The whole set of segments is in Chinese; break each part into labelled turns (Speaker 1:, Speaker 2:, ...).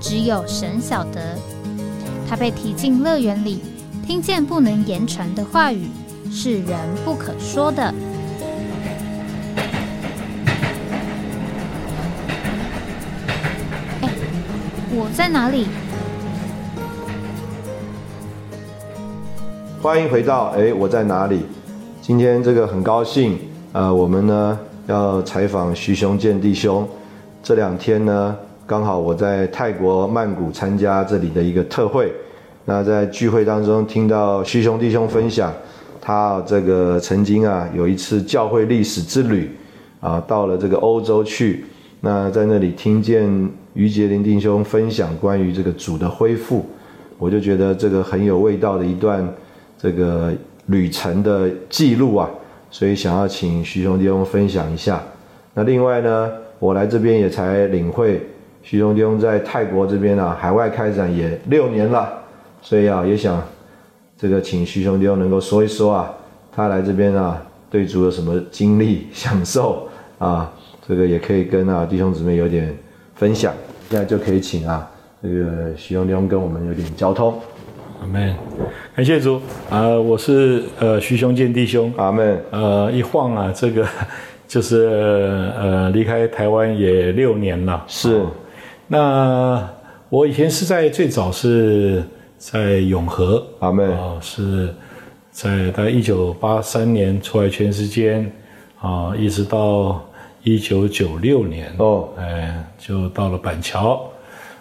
Speaker 1: 只有神晓得。他被提进乐园里，听见不能言传的话语，是人不可说的。哎我在哪里？
Speaker 2: 欢迎回到哎，我在哪里？今天这个很高兴，呃，我们呢要采访徐雄健弟兄。这两天呢，刚好我在泰国曼谷参加这里的一个特会。那在聚会当中听到徐雄弟兄分享，他这个曾经啊有一次教会历史之旅，啊，到了这个欧洲去，那在那里听见于杰林弟兄分享关于这个主的恢复，我就觉得这个很有味道的一段这个旅程的记录啊，所以想要请徐兄弟兄分享一下。那另外呢，我来这边也才领会，徐兄弟兄在泰国这边啊，海外开展也六年了，所以啊，也想这个请徐兄弟兄能够说一说啊，他来这边啊，对主有什么经历、享受啊，这个也可以跟啊弟兄姊妹有点分享。现在就可以请啊，这个徐兄弟兄跟我们有点交通。
Speaker 3: 阿门，感谢主啊、呃我是呃徐雄健弟兄，
Speaker 2: 阿门，
Speaker 3: 呃，一晃啊，这个 就是呃离开台湾也六年了。
Speaker 2: 是
Speaker 3: 那我以前是在最早是在永和，
Speaker 2: 阿门，
Speaker 3: 啊、是在大概一九八三年出来全时间啊、一直到一九九六年，
Speaker 2: 哦，
Speaker 3: 哎，就到了板桥。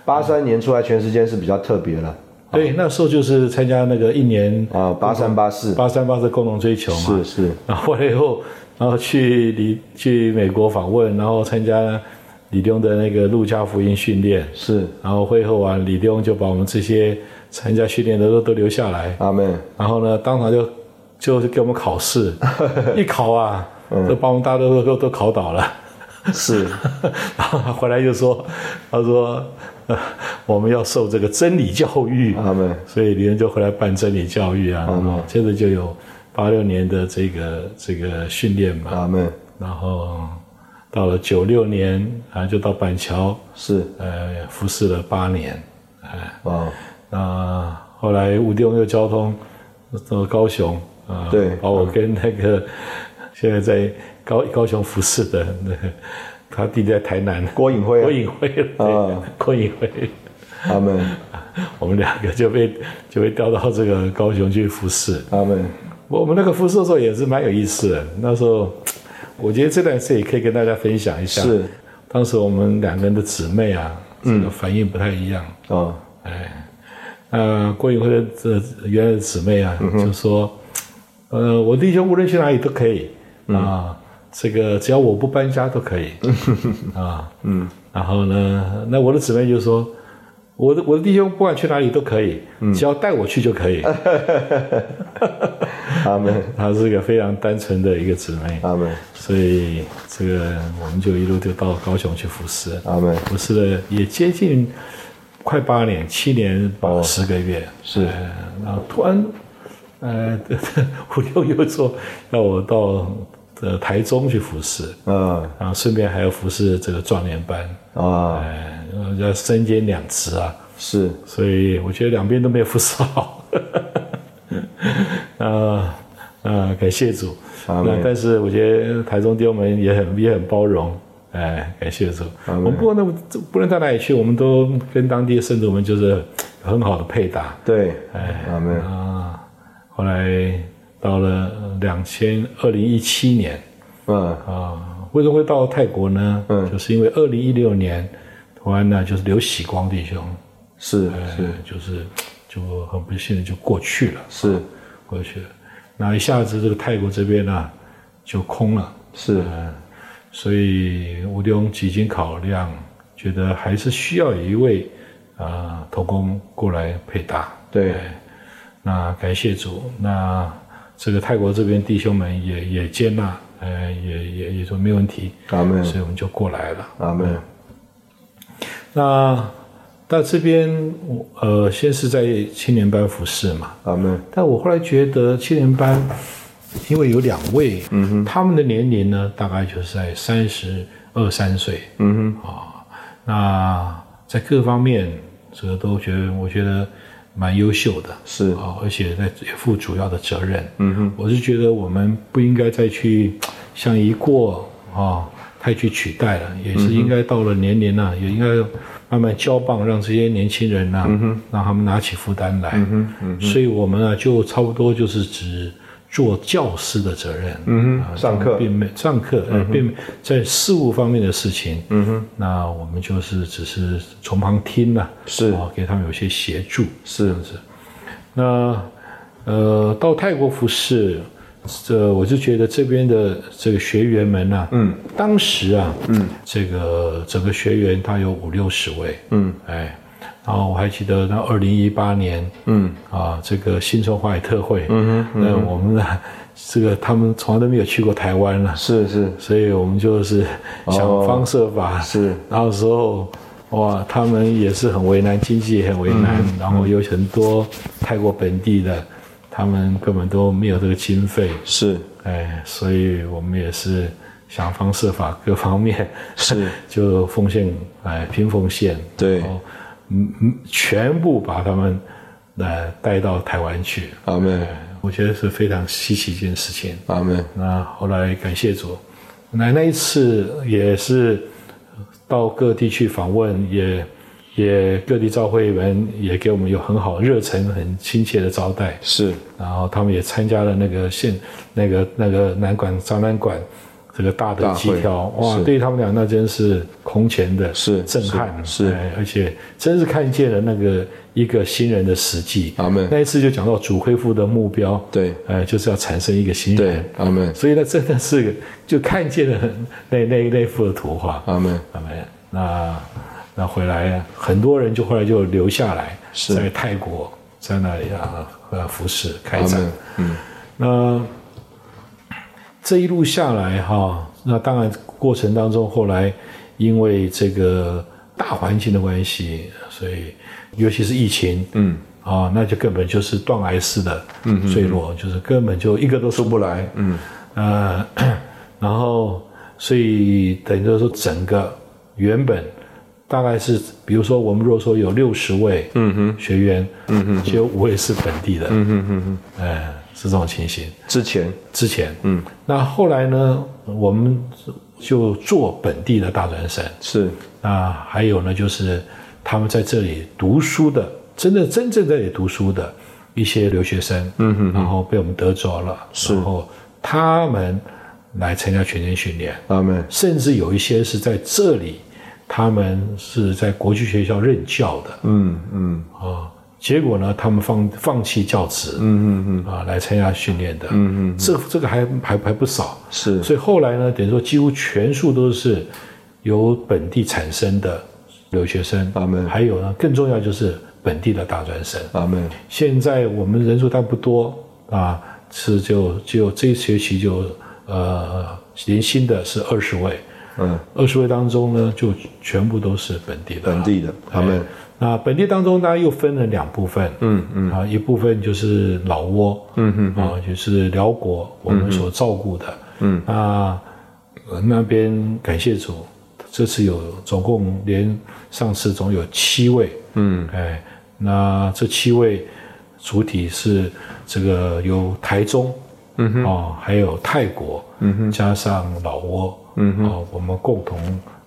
Speaker 2: 八三年出来全时间是比较特别了
Speaker 3: 对，那时候就是参加那个一年
Speaker 2: 啊，八三八四
Speaker 3: 八三八的共同追求嘛，
Speaker 2: 是是
Speaker 3: 然后来以后，然后去离去美国访问，然后参加李弟兄的那个路加福音训练，
Speaker 2: 是，
Speaker 3: 然后会后完，李弟兄就把我们这些参加训练的都都留下来，
Speaker 2: 阿门，
Speaker 3: 然后呢，当场就就是给我们考试，一考啊，就把我们大家都都都考倒了。
Speaker 2: 是
Speaker 3: 然后他回来就说：“他说、呃我们要受这个真理教育。”
Speaker 2: 阿门，
Speaker 3: 所以李恩就回来办真理教育
Speaker 2: 嗯
Speaker 3: 啊，然后接着就有八六年的这个这个训练嘛，
Speaker 2: 阿门，
Speaker 3: 然后到了九六年啊，就到板桥
Speaker 2: 是
Speaker 3: 呃服侍了八年，哎，
Speaker 2: 哦，
Speaker 3: 那后来吴定又交通到高雄啊，
Speaker 2: 对
Speaker 3: 把我跟那个 现在在高高雄服侍的 那个他弟弟在台南。
Speaker 2: 郭颖辉啊，
Speaker 3: 郭颖辉了
Speaker 2: 啊，
Speaker 3: 郭颖辉，
Speaker 2: 阿门，
Speaker 3: 我们两个就被就被调到这个高雄去服侍。
Speaker 2: 阿门，
Speaker 3: 我们那个服饰的时候也是蛮有意思的。那时候，我觉得这段事也可以跟大家分享一下。
Speaker 2: 是，
Speaker 3: 当时我们两个人的姊妹啊，这个反应不太一样。哎
Speaker 2: 哦，
Speaker 3: 呃，郭颖辉的这原来的姊妹啊，就说，呃，我弟兄无论去哪里都可以啊、这个只要我不搬家都可以啊。嗯。然后呢，那我的姊妹就说，我的我的弟兄不管去哪里都可以，只要带我去就可以。
Speaker 2: 阿门，
Speaker 3: 她是一个非常单纯的一个姊妹。
Speaker 2: 阿门，
Speaker 3: 所以这个我们就一路就到高雄去服侍，
Speaker 2: 阿门，
Speaker 3: 服侍了也接近快八年，七年
Speaker 2: 哦
Speaker 3: 十个月，
Speaker 2: 是
Speaker 3: 呃然后突然，呃， 五六又说要我到呃台中去服侍，
Speaker 2: 啊
Speaker 3: 然后顺便还要服侍这个壮年班，
Speaker 2: 啊，
Speaker 3: 哎、呃，要身兼两职啊，
Speaker 2: 是
Speaker 3: 所以我觉得两边都没有服侍好。 啊啊，感谢主。
Speaker 2: 阿
Speaker 3: 那但是我觉得台中弟兄们也很也很包容，哎，感谢主。
Speaker 2: 阿
Speaker 3: 我
Speaker 2: 们
Speaker 3: 们不管那不论到哪里去，我们都跟当地的圣徒们就是很好的配搭。
Speaker 2: 对，
Speaker 3: 哎
Speaker 2: 阿门，
Speaker 3: 啊，后来到了两千二零一七年
Speaker 2: 嗯，
Speaker 3: 啊，为什么会到泰国呢？
Speaker 2: 嗯
Speaker 3: 就是因为二零一六年，台湾呢就是刘喜光弟兄。
Speaker 2: 是
Speaker 3: 对
Speaker 2: 是，
Speaker 3: 就是就很不幸的就过去了，
Speaker 2: 是
Speaker 3: 过去了。那一下子这个泰国这边呢、就空了，嗯
Speaker 2: 是
Speaker 3: 所以吴东几经考量，觉得还是需要有一位啊童工过来配搭。
Speaker 2: 对
Speaker 3: 哎那感谢主，那这个泰国这边弟兄们也也接纳，呃，也也也啊说没问题，
Speaker 2: 阿门，
Speaker 3: 所以我们就过来了。
Speaker 2: 阿门，
Speaker 3: 那到这边，我呃，先是在青年班服侍嘛，
Speaker 2: 阿门，
Speaker 3: 但我后来觉得青年班，因为有两位，嗯哼，他们的年龄呢，大概就是在三十二三岁，
Speaker 2: 嗯
Speaker 3: 啊，那在各方面这个都觉得，我觉得蛮优秀的，
Speaker 2: 哼，是，
Speaker 3: 啊，而且在也负主要的责任。嗯哼，我是觉得我们不应该再去像一过啊太去取代了，也是应该到了年龄了、啊也应该慢慢交棒，让这些年轻人呐、让他们拿起负担来。嗯哼，所以我们啊就差不多就是只做教师的责任。
Speaker 2: 嗯哼
Speaker 3: 啊
Speaker 2: 上课
Speaker 3: 并没上课，呃并没在事务方面的事情。嗯哼，那我们就是只是从旁听呐、
Speaker 2: 是
Speaker 3: 啊，给他们有些协助。
Speaker 2: 是，
Speaker 3: 那呃，到泰国服饰，这我就觉得这边的这个学员们呐、嗯，当时啊，嗯，这个整个学员他有五六十位，
Speaker 2: 嗯，
Speaker 3: 哎，然后我还记得那二零一八年，
Speaker 2: 嗯，
Speaker 3: 啊，这个新春华语特会，嗯哼，那我们呢，这个他们从来都没有去过台湾了，
Speaker 2: 是是
Speaker 3: 所以我们就是想
Speaker 2: 哦
Speaker 3: 方设法，
Speaker 2: 是，
Speaker 3: 那时候，哇，他们也是很为难，经济也很为难，
Speaker 2: 嗯
Speaker 3: 然后有很多泰国本地的，他们根本都没有这个经费，
Speaker 2: 是
Speaker 3: 哎，所以我们也是想方设法，各方面
Speaker 2: 是，
Speaker 3: 就奉献，哎，拼奉献，
Speaker 2: 对
Speaker 3: 然后嗯嗯，全部把他们呃带到台湾去，
Speaker 2: 阿门，
Speaker 3: 哎我觉得是非常稀奇一件事情。
Speaker 2: 阿门，
Speaker 3: 那后来感谢主，那那一次也是到各地去访问，也也各地教会们也给我们有很好热忱、很亲切的招待。
Speaker 2: 是
Speaker 3: 然后他们也参加了那个县那个那个南管展览馆这个大的
Speaker 2: 大会
Speaker 3: 集条，哇，
Speaker 2: 是
Speaker 3: 对于他们俩那真是空前的
Speaker 2: 是
Speaker 3: 震撼，
Speaker 2: 是是
Speaker 3: 哎而且真是看见了那个一个新人的实际。
Speaker 2: 阿门，
Speaker 3: 那一次就讲到主恢复的目标，
Speaker 2: 对
Speaker 3: 呃，就是要产生一个新人
Speaker 2: 对。，阿门，
Speaker 3: 所以呢，真的是就看见了那那那幅的图画，
Speaker 2: 阿门，
Speaker 3: 那么那那回来很多人就后来就留下来，
Speaker 2: 是
Speaker 3: 在泰国在那里啊呃服侍开
Speaker 2: 阿
Speaker 3: 展。
Speaker 2: 门，嗯，
Speaker 3: 那这一路下来哈、那当然过程当中后来因为这个大环境的关系，所以尤其是疫情，嗯。啊、那就根本就是断崖式的坠落，就是根本就一个都出不来。嗯，呃， 然后所以等于说整个原本大概是，比如说我们如果说有六十位嗯哼学员，嗯哼，只有五位是本地的，嗯哼哼哼，哎、是这种情形。
Speaker 2: 之前
Speaker 3: 之前，嗯，那后来呢，我们就做本地的大专生，
Speaker 2: 是
Speaker 3: 那还有呢，就是他们在这里读书的，真的真正在这里读书的一些留学生，嗯哼然后被我们得着了，是，然后他们来参加全年训练，
Speaker 2: 阿门，
Speaker 3: 甚至有一些是在这里，他们是在国际学校任教的，
Speaker 2: 嗯嗯
Speaker 3: 啊，结果呢，他们放放弃教职，
Speaker 2: 嗯嗯嗯，
Speaker 3: 啊，来参加训练的，嗯嗯，这这个还还还不少，
Speaker 2: 是
Speaker 3: 所以后来呢，等于说几乎全数都是由本地产生的留学生，
Speaker 2: 阿门
Speaker 3: 还有呢，更重要就是本地的大专生。
Speaker 2: 阿门，
Speaker 3: 现在我们人数但不多啊，是就只有这一学期就呃年薪的是二十位，
Speaker 2: 嗯，
Speaker 3: 二十位当中呢，就全部都是本地的啊，
Speaker 2: 本地的，阿
Speaker 3: 他们
Speaker 2: 门，
Speaker 3: 那本地当中，大家又分了两部分，嗯嗯，啊，一部分就是老挝，嗯嗯，啊，就是辽国，我们所照顾的，嗯，那呃那边感谢主，这次有总共连上次总有七位，嗯，哎，那这七位主体是这个由台中，嗯哼，哦，还有泰国，嗯哼，加上老挝，嗯哼，哦，我们共同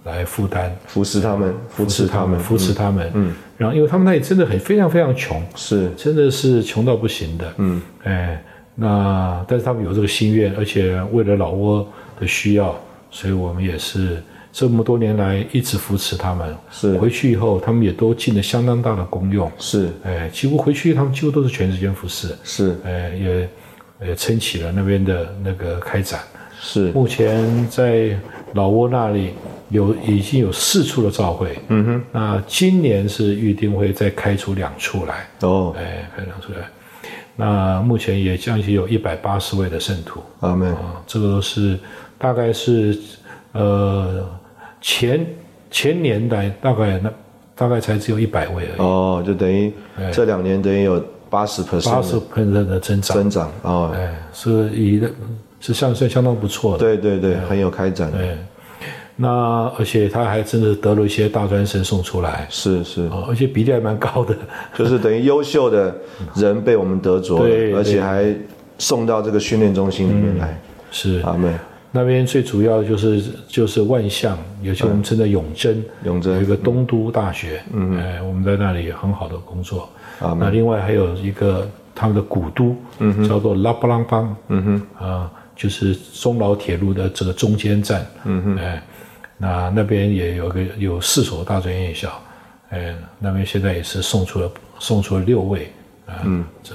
Speaker 3: 来负担。
Speaker 2: 扶持他们，扶
Speaker 3: 扶持
Speaker 2: 持
Speaker 3: 他
Speaker 2: 他
Speaker 3: 们，
Speaker 2: 们，
Speaker 3: 扶持他们。嗯，然后因为他们那里真的很非常非常穷，
Speaker 2: 是
Speaker 3: 真的是穷到不行的。嗯，哎，那但是他们有这个心愿，而且为了老挝的需要，所以我们也是这么多年来一直扶持他们。
Speaker 2: 是
Speaker 3: 回去以后，他们也都尽了相当大的功用。
Speaker 2: 是
Speaker 3: 哎，几乎回去他们几乎都是全时间服侍，
Speaker 2: 是
Speaker 3: 哎，也也撑起了那边的那个开展。
Speaker 2: 是
Speaker 3: 目前在老挝那里，有已经有四处的召会，
Speaker 2: 嗯哼，
Speaker 3: 那今年是预定会再开出两处来，
Speaker 2: 哦，
Speaker 3: 哎，开两处来。那目前也将近有一百八十位的圣徒
Speaker 2: 阿门，
Speaker 3: 啊，这个都是大概是呃前前年来大概那大概才只有一百位而已，
Speaker 2: 哦，就等于这两年等于有八十 percent
Speaker 3: 八十 p e 的增长，
Speaker 2: 增长哦，
Speaker 3: 哎，是以是相算相当不错的。
Speaker 2: 对对对，很有开展，
Speaker 3: 对，那而且他还真的得了一些大专生送出来，
Speaker 2: 是是，
Speaker 3: 哦，而且比例还蛮高的。
Speaker 2: 就是等于优秀的人被我们得着
Speaker 3: 对
Speaker 2: 了，而且还送到这个训练中心里面来，
Speaker 3: 是
Speaker 2: 阿门，
Speaker 3: 那边最主要的就是就是万象，也就是我们称的嗯永贞，
Speaker 2: 永
Speaker 3: 有
Speaker 2: 贞
Speaker 3: 一个东都大学，嗯，哎，我们在那里有很好的工作。
Speaker 2: 阿
Speaker 3: 那另外还有一个他们的古都，嗯叫做拉布朗邦，嗯哼，啊，就是中老铁路的这个中间站，嗯哼，哎，那那边也有个有四所大专院校，哎，那边现在也是送出了送出了六位，啊，嗯，这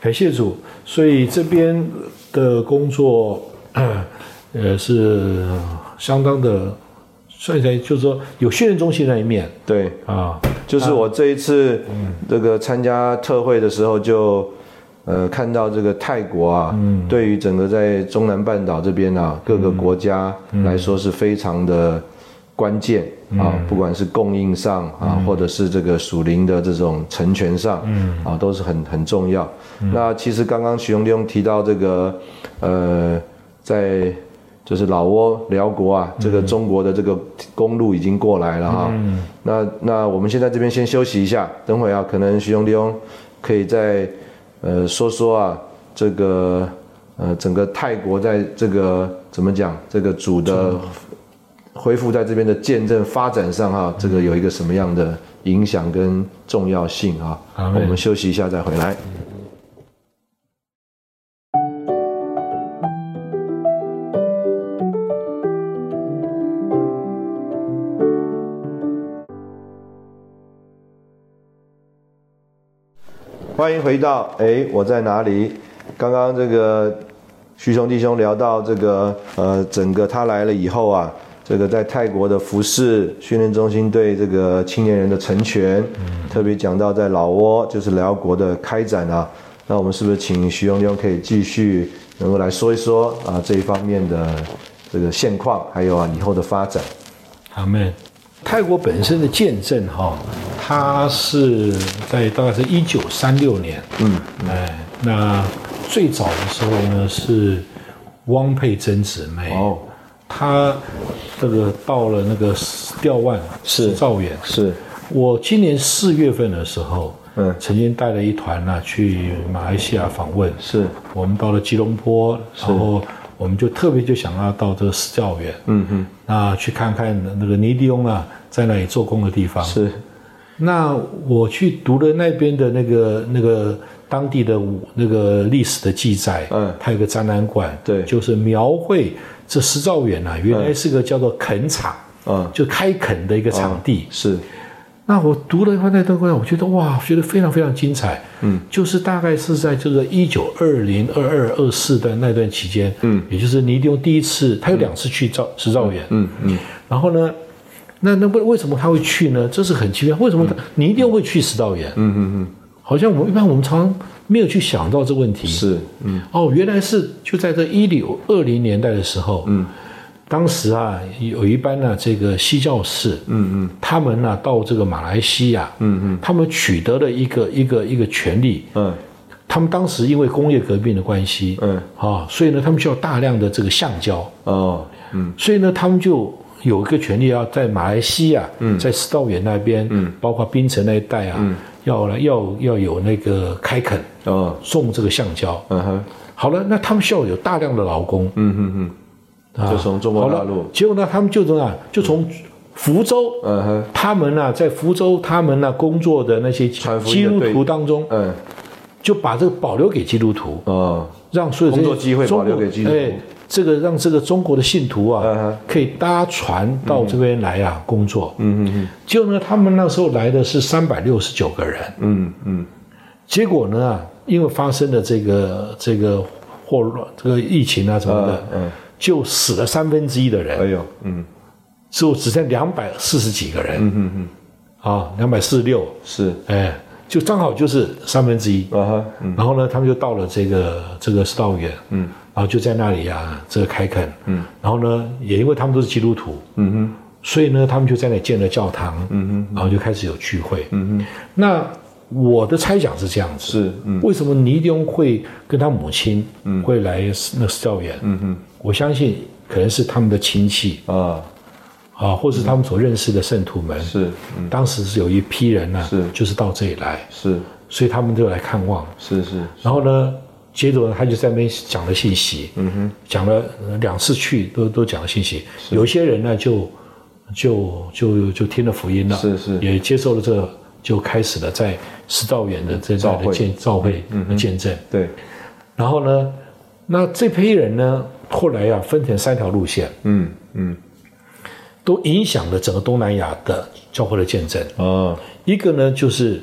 Speaker 3: 感谢主，所以这边的工作，呃，是相当的，算起来就是说有训练中心那一面
Speaker 2: 对，
Speaker 3: 啊，
Speaker 2: 就是我这一次这个参加特会的时候就。呃，看到这个泰国啊，对于整个在中南半岛这边啊，各个国家来说是非常的关键啊，不管是供应上啊，或者是这个属灵的这种成全上，啊，都是很很重要。那其实刚刚徐荣弟兄提到这个，呃，在就是老挝、辽国啊，这个中国的这个公路已经过来了哈、那那我们现在这边先休息一下，等会啊，可能徐荣弟兄可以在呃说说啊，这个呃整个泰国在这个怎么讲，这个主的恢复在这边的见证发展上哈、这个有一个什么样的影响跟重要性啊？
Speaker 3: 阿
Speaker 2: 我
Speaker 3: 门
Speaker 2: 们休息一下再回来。欢迎回到哎，我在哪里？刚刚这个徐兄弟兄聊到这个呃，整个他来了以后啊，这个在泰国的服饰训练中心对这个青年人的成全，特别讲到在老挝就是辽国的开展啊，那我们是不是请徐兄弟兄可以继续能够来说一说啊这一方面的这个现况，还有啊以后的发展？
Speaker 3: 阿门。泰国本身的见证哈、它是在大概是一九三六年，嗯，哎，那最早的时候呢是汪佩珍姊妹，
Speaker 2: 哦，
Speaker 3: 她这个到了那个吊万
Speaker 2: 是
Speaker 3: 赵远，
Speaker 2: 是
Speaker 3: 我今年四月份的时候，
Speaker 2: 嗯
Speaker 3: 曾经带了一团呢、去马来西亚访问，
Speaker 2: 是
Speaker 3: 我们到了吉隆坡，然后我们就特别就想要到这个寺教园，嗯嗯，那去看看那个尼迪翁啊，在那里做工的地方。
Speaker 2: 是
Speaker 3: 那我去读了那边的那个那个当地的武那个历史的记载，
Speaker 2: 嗯
Speaker 3: 它有个展览馆，
Speaker 2: 对
Speaker 3: 就是描绘这石兆园啊，原来是个叫做垦场，
Speaker 2: 嗯
Speaker 3: 就开垦的一个场地，
Speaker 2: 是
Speaker 3: 那我读了一块那段过来，我觉得哇，我觉得非常非常精彩。嗯，就是大概是在这个一九二零、二二、二四的那段期间，嗯，也就是尼迪翁第一次，他有两次去造石造园，嗯嗯，然后呢，那那为为什么他会去呢？这是很奇妙，为什么他、尼迪翁会去石造园？嗯嗯嗯，好像我们一般我们常常没有去想到这问题，
Speaker 2: 是
Speaker 3: 哦，原来是就在这一九二零年代的时候，嗯，当时啊有一班呢、这个西教士，嗯嗯，他们呢、到这个马来西亚，嗯嗯，他们取得了一个一个一个权利，
Speaker 2: 嗯
Speaker 3: 他们当时因为工业革命的关系，
Speaker 2: 嗯
Speaker 3: 啊、所以呢他们需要大量的这个橡胶，
Speaker 2: 哦嗯
Speaker 3: 所以呢他们就。有一个权利要在马来西亚，嗯、在石道园那边，嗯、包括槟城那一带啊，嗯、要来要要有那个开垦
Speaker 2: 哦
Speaker 3: 种这个橡胶，
Speaker 2: 嗯哼
Speaker 3: 好了，那他们需要有大量的劳工，
Speaker 2: 嗯嗯嗯，
Speaker 3: 啊
Speaker 2: 就从中国大
Speaker 3: 好
Speaker 2: 陆
Speaker 3: 了。结果呢，他们就从啊，就从福州，
Speaker 2: 嗯哼。
Speaker 3: 他们呢、在福州他们呢、工作的那些
Speaker 2: 传福音
Speaker 3: 基
Speaker 2: 的
Speaker 3: 督
Speaker 2: 队
Speaker 3: 徒当中，
Speaker 2: 嗯，
Speaker 3: 就把这个保留给基督徒，
Speaker 2: 哦，
Speaker 3: 让所有这些
Speaker 2: 工作机会保留给基督徒
Speaker 3: 中国哎这个让这个中国的信徒
Speaker 2: 嗯哼
Speaker 3: 啊，可以搭船到这边来啊工作。
Speaker 2: 嗯嗯
Speaker 3: 结果呢，他们那时候来的是三百六十九个人，
Speaker 2: 嗯嗯
Speaker 3: 结果呢，因为发生了这个这个霍乱、这个疫情啊什么
Speaker 2: 嗯
Speaker 3: 的，
Speaker 2: 嗯，
Speaker 3: 就死了三分之一的人
Speaker 2: 哎。呦，嗯，
Speaker 3: 就只剩两百四十几个人，嗯嗯嗯，啊，两百四十六，
Speaker 2: 是
Speaker 3: 哎，就刚好就是三分之一。
Speaker 2: 啊哈，嗯
Speaker 3: 然后呢，他们就到了这个这个四道园，嗯，然后就在那里啊，这个开垦，嗯，然后呢，也因为他们都是基督徒，
Speaker 2: 嗯哼，
Speaker 3: 所以呢，他们就在那里建了教堂，嗯嗯，然后就开始有聚会，嗯嗯。那我的猜想是这样子，
Speaker 2: 是嗯
Speaker 3: 为什么尼丁会跟他母亲，嗯，会来那个四道园？嗯嗯，我相信可能是他们的亲戚
Speaker 2: 啊
Speaker 3: 啊，或是他们所认识的圣徒们，
Speaker 2: 是嗯
Speaker 3: 当时是有一批人呢、
Speaker 2: 是
Speaker 3: 就是到这里来，
Speaker 2: 是
Speaker 3: 所以他们就来看望。
Speaker 2: 是是
Speaker 3: 然后呢，接着呢他就在那边讲了信息，嗯哼，讲了呃两次去都都讲了信息，有些人呢就就就就听了福音了，
Speaker 2: 是是
Speaker 3: 也接受了这个，就开始了在施道远的这
Speaker 2: 召
Speaker 3: 样的
Speaker 2: 会
Speaker 3: 见召会的见证，
Speaker 2: 对，
Speaker 3: 然后呢，那这批人呢后来啊分成三条路线，
Speaker 2: 嗯嗯
Speaker 3: 都影响了整个东南亚的教会的见证，
Speaker 2: 啊
Speaker 3: 一个呢就是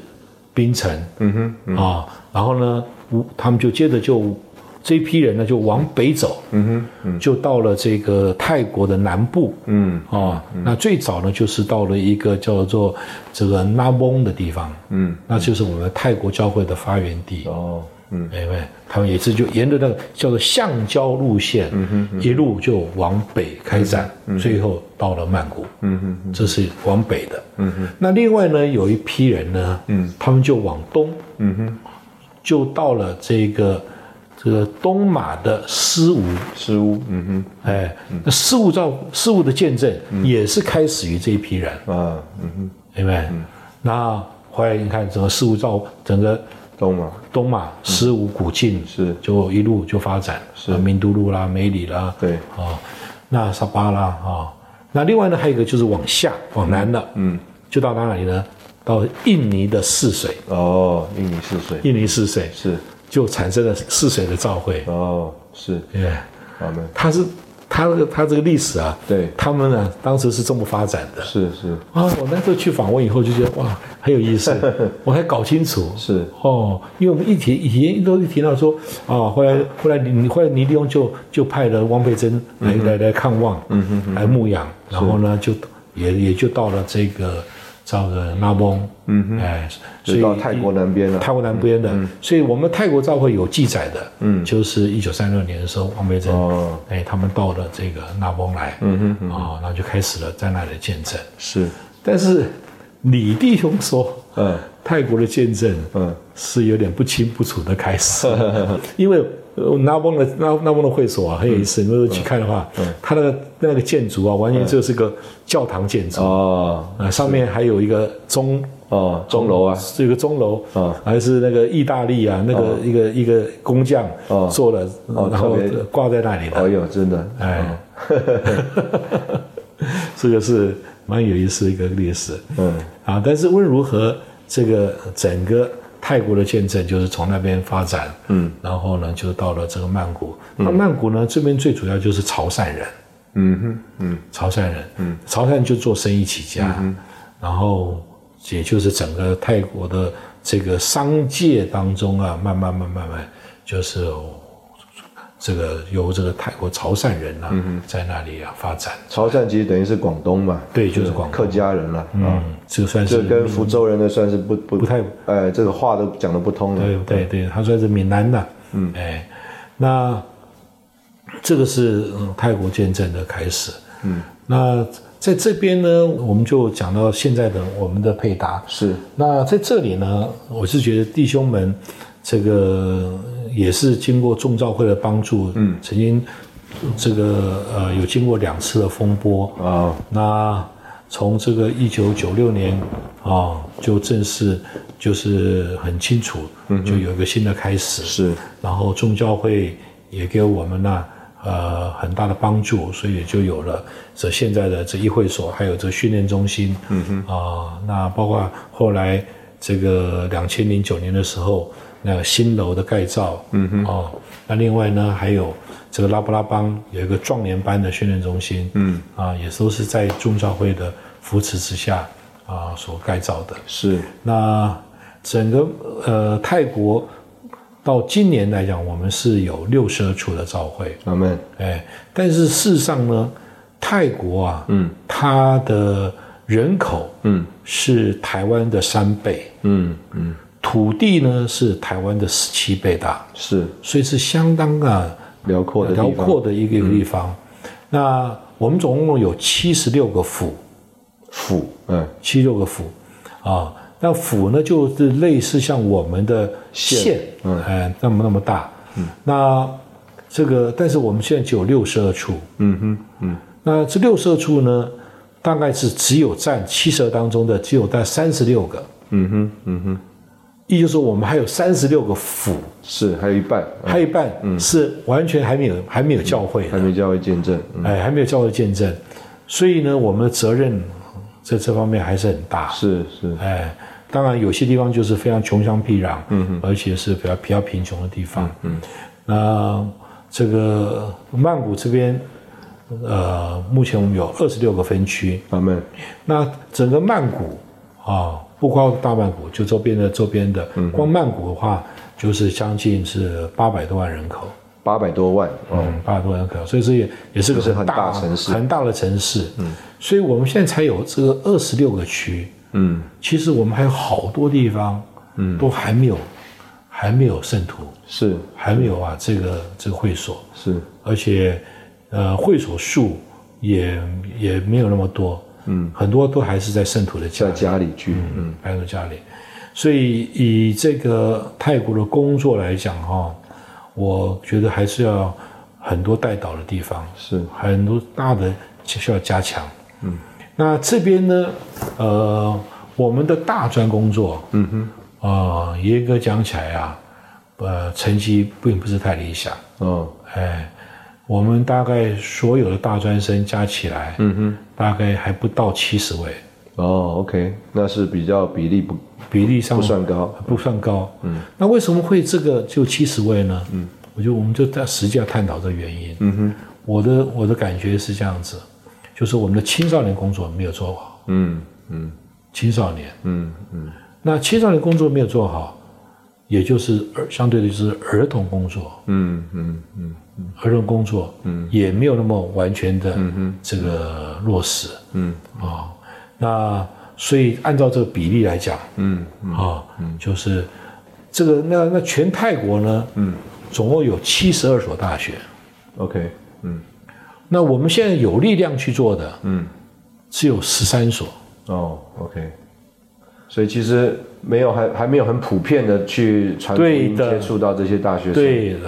Speaker 3: 槟城，
Speaker 2: 嗯哼
Speaker 3: 啊、然后呢，无他们就接着就这一批人呢就往北走，嗯哼，就到了这个泰国的南部，
Speaker 2: 嗯
Speaker 3: 啊、那最早呢就是到了一个叫做这个纳翁的地方，
Speaker 2: 嗯
Speaker 3: 那就是我们泰国教会的发源地。
Speaker 2: 哦嗯
Speaker 3: 哎喂，他们也是就沿着那个叫做橡胶路线，
Speaker 2: 嗯
Speaker 3: 一路就往北开展，最后到了曼谷。
Speaker 2: 嗯哼
Speaker 3: 这是往北的。嗯哼。那另外呢，有一批人呢，嗯，他们就往东，
Speaker 2: 嗯哼
Speaker 3: 就到了这个这个东马的狮吴，
Speaker 2: 失误嗯
Speaker 3: 哎，那狮吴照狮吴的见证也是开始于这一批人，
Speaker 2: 哼啊嗯哼
Speaker 3: 明白？那后来你看，整个狮吴照整个
Speaker 2: 懂吗？
Speaker 3: 东马狮吴古晋
Speaker 2: 是
Speaker 3: 就一路就发展，是明都路啦、梅里啦，
Speaker 2: 对
Speaker 3: 啊，那沙巴啦啊、那另外呢，还有一个就是往下往南的，嗯，就到哪里呢？到印尼的泗水，
Speaker 2: 哦，印尼是水
Speaker 3: 印尼泗水
Speaker 2: 是
Speaker 3: 就产生了泗水的召会，
Speaker 2: 哦是
Speaker 3: 对，
Speaker 2: 阿门
Speaker 3: 它是它这个它这个历史啊，
Speaker 2: 对
Speaker 3: 他们呢当时是这么发展的。
Speaker 2: 是是
Speaker 3: 啊，我那时候去访问以后就觉得哇，很有意 思，我才搞清楚
Speaker 2: 是
Speaker 3: 哦，因为我们一提以前都是提到说啊，后来后来你后来尼利翁就就派了汪佩珍来、来来看望，嗯哼来牧养，然后呢就也也就到了这个到了纳翁，嗯哼，哎，所
Speaker 2: 就
Speaker 3: 以
Speaker 2: 到泰国南边了
Speaker 3: 泰国南边的，所以我们泰国教会有记载的，嗯，就是一九三六年的时候，汪培珍，
Speaker 2: 哦
Speaker 3: 哎，他们到了这个纳翁来，嗯哼，啊、然后就开始了在那里的见证。
Speaker 2: 是
Speaker 3: 但是李弟兄说，呃
Speaker 2: 嗯
Speaker 3: 泰国的见证，
Speaker 2: 嗯
Speaker 3: 是有点不清不楚的开 始，因为呃纳翁的纳纳翁的会所啊很有意思，你们去看的话，
Speaker 2: 嗯
Speaker 3: 它那个那个建筑啊，完全就是个教堂建筑，
Speaker 2: 哦
Speaker 3: 啊，上面还有一个钟呃
Speaker 2: 哦钟楼啊
Speaker 3: 是一个钟楼
Speaker 2: 啊
Speaker 3: 还是那个意大利啊，那个一个一个工匠
Speaker 2: 哦
Speaker 3: 做了，
Speaker 2: 哦
Speaker 3: 然后
Speaker 2: 特别
Speaker 3: 挂在那里
Speaker 2: 哦
Speaker 3: 的，
Speaker 2: 哟真的哦
Speaker 3: 哎， 这个是蛮有意思的一个历史
Speaker 2: 嗯
Speaker 3: 啊。但是无论如何，这个整个泰国的见证就是从那边发展，嗯，然后呢就到了这个曼谷。那曼谷呢这边最主要就是潮汕人，
Speaker 2: 嗯哼嗯
Speaker 3: 潮汕人，嗯，潮汕就做生意起家，然后也就是整个泰国的这个商界当中啊，慢慢慢慢慢，就是这个由这个泰国潮汕人
Speaker 2: 嗯
Speaker 3: 啊，在那里啊发展，
Speaker 2: 潮汕其实等于是广东嘛
Speaker 3: 对，就是广
Speaker 2: 客家人了啊。
Speaker 3: 嗯，这个算
Speaker 2: 这
Speaker 3: 是
Speaker 2: 跟福州人的算是不不
Speaker 3: 不太
Speaker 2: 哎，这个话都讲得不通啊
Speaker 3: 对
Speaker 2: 了。
Speaker 3: 对对，他算是闽南的，嗯，哎，那这个是嗯泰国见证的开始，嗯，那在这边呢，我们就讲到现在的我们的配搭，
Speaker 2: 是
Speaker 3: 那在这里呢，我是觉得弟兄们，这个也是经过众召会的帮助，嗯，曾经这个呃有经过两次的风波，
Speaker 2: 啊，
Speaker 3: 那从这个一九九六年啊，就正式就是很清楚，就有一个新的开始。
Speaker 2: 是
Speaker 3: 然后众教会也给我们呢、呃很大的帮助，所以就有了这现在的这议会所，还有这训练中心，嗯哼，啊、那包括后来这个两千零九年的时候，那个新楼的盖造，嗯哼，哦，那另外呢还有这个拉布拉邦有一个壮年班的训练中心，嗯，啊、也都是在众教会的扶持之下啊、所盖造的，
Speaker 2: 是
Speaker 3: 那整个呃泰国到今年来讲，我们是有六十二处的召会，
Speaker 2: 阿门
Speaker 3: 哎，但是事实上呢，泰国啊，
Speaker 2: 嗯
Speaker 3: 它的人口
Speaker 2: 嗯
Speaker 3: 是台湾的三倍，
Speaker 2: 嗯嗯，
Speaker 3: 土地呢是台湾的十七倍大，
Speaker 2: 是
Speaker 3: 所以是相当啊
Speaker 2: 辽阔的地
Speaker 3: 辽
Speaker 2: 方，嗯
Speaker 3: 阔的一个地方。那我们总共有七十六个府，
Speaker 2: 府，嗯
Speaker 3: 七六个府啊。那府呢，就是类似像我们的
Speaker 2: 县
Speaker 3: 县，嗯、那么那么大。嗯，那这个，但是我们现在只有六十二处。
Speaker 2: 嗯哼嗯
Speaker 3: 那这六十二处呢，大概是只有占七十二当中的只有占三十六个，
Speaker 2: 嗯哼嗯哼，
Speaker 3: 也就是说，我们还有三十六个府，
Speaker 2: 是还有一半，嗯
Speaker 3: 还有一半是完全还没有还没有教会的
Speaker 2: 还，没教会见证，嗯
Speaker 3: 哎，还没有教会见证。所以呢，我们的责任在这方面还是很大。
Speaker 2: 是是
Speaker 3: 哎，当然有些地方就是非常穷乡僻壤，嗯，而且是比较比较贫穷的地方，嗯，那这个曼谷这边，呃，目前我们有二十六个分区，
Speaker 2: 阿门，
Speaker 3: 那整个曼谷啊，不光大曼谷，就周边的周边的，光曼谷的话，就是将近是八百多万人口，
Speaker 2: 八百多万哦，
Speaker 3: 嗯，八百多万人口，所以这也也是个
Speaker 2: 就是很
Speaker 3: 大
Speaker 2: 大城市
Speaker 3: 很大的城市，嗯，所以我们现在才有这个二十六个区，
Speaker 2: 嗯
Speaker 3: 其实我们还有好多地方，嗯，都还没有，还没有圣徒，
Speaker 2: 是
Speaker 3: 还没有啊，这个这个会所，
Speaker 2: 是
Speaker 3: 而且，呃，会所数也也没有那么多，嗯，很多都还是在圣徒的家
Speaker 2: 在
Speaker 3: 里，
Speaker 2: 家里聚，嗯
Speaker 3: 嗯，搬到家里，所以以这个泰国的工作来讲哈、我觉得还是要很多带导的地方，
Speaker 2: 是
Speaker 3: 很多大的需要加强。嗯，那这边呢，呃，我们的大专工作，嗯哼，啊，严格讲起来啊，呃，成绩并不是太理想。
Speaker 2: 哦
Speaker 3: 哎，我们大概所有的大专生加起来，嗯哼，大概还不到七十位，
Speaker 2: 哦，OK，那是比较比例不
Speaker 3: 比例上
Speaker 2: 不算高，
Speaker 3: 啊不算高。嗯，那为什么会这个就七十位呢？嗯，我就我们就在实际要探讨这个原因。嗯哼，我的我的感觉是这样子，就是我们的青少年工作没有做好，
Speaker 2: 嗯嗯
Speaker 3: 青少年，
Speaker 2: 嗯嗯，
Speaker 3: 那青少年工作没有做好，也就是儿相对的就是儿童工作，
Speaker 2: 嗯嗯嗯，
Speaker 3: 儿童工作，嗯，也没有那么完全的，这个落实，嗯，啊，那所以按照这个比例来讲，嗯，啊，就是这个那那全泰国呢，嗯，总共有七十二所大学，
Speaker 2: OK，嗯
Speaker 3: 那我们现在有力量去做的
Speaker 2: 嗯，
Speaker 3: 只有十三所，
Speaker 2: 哦，OK，所以其实没有还还没有很普遍的去传福音
Speaker 3: 对的
Speaker 2: 接触到这些大学生，，
Speaker 3: 对的，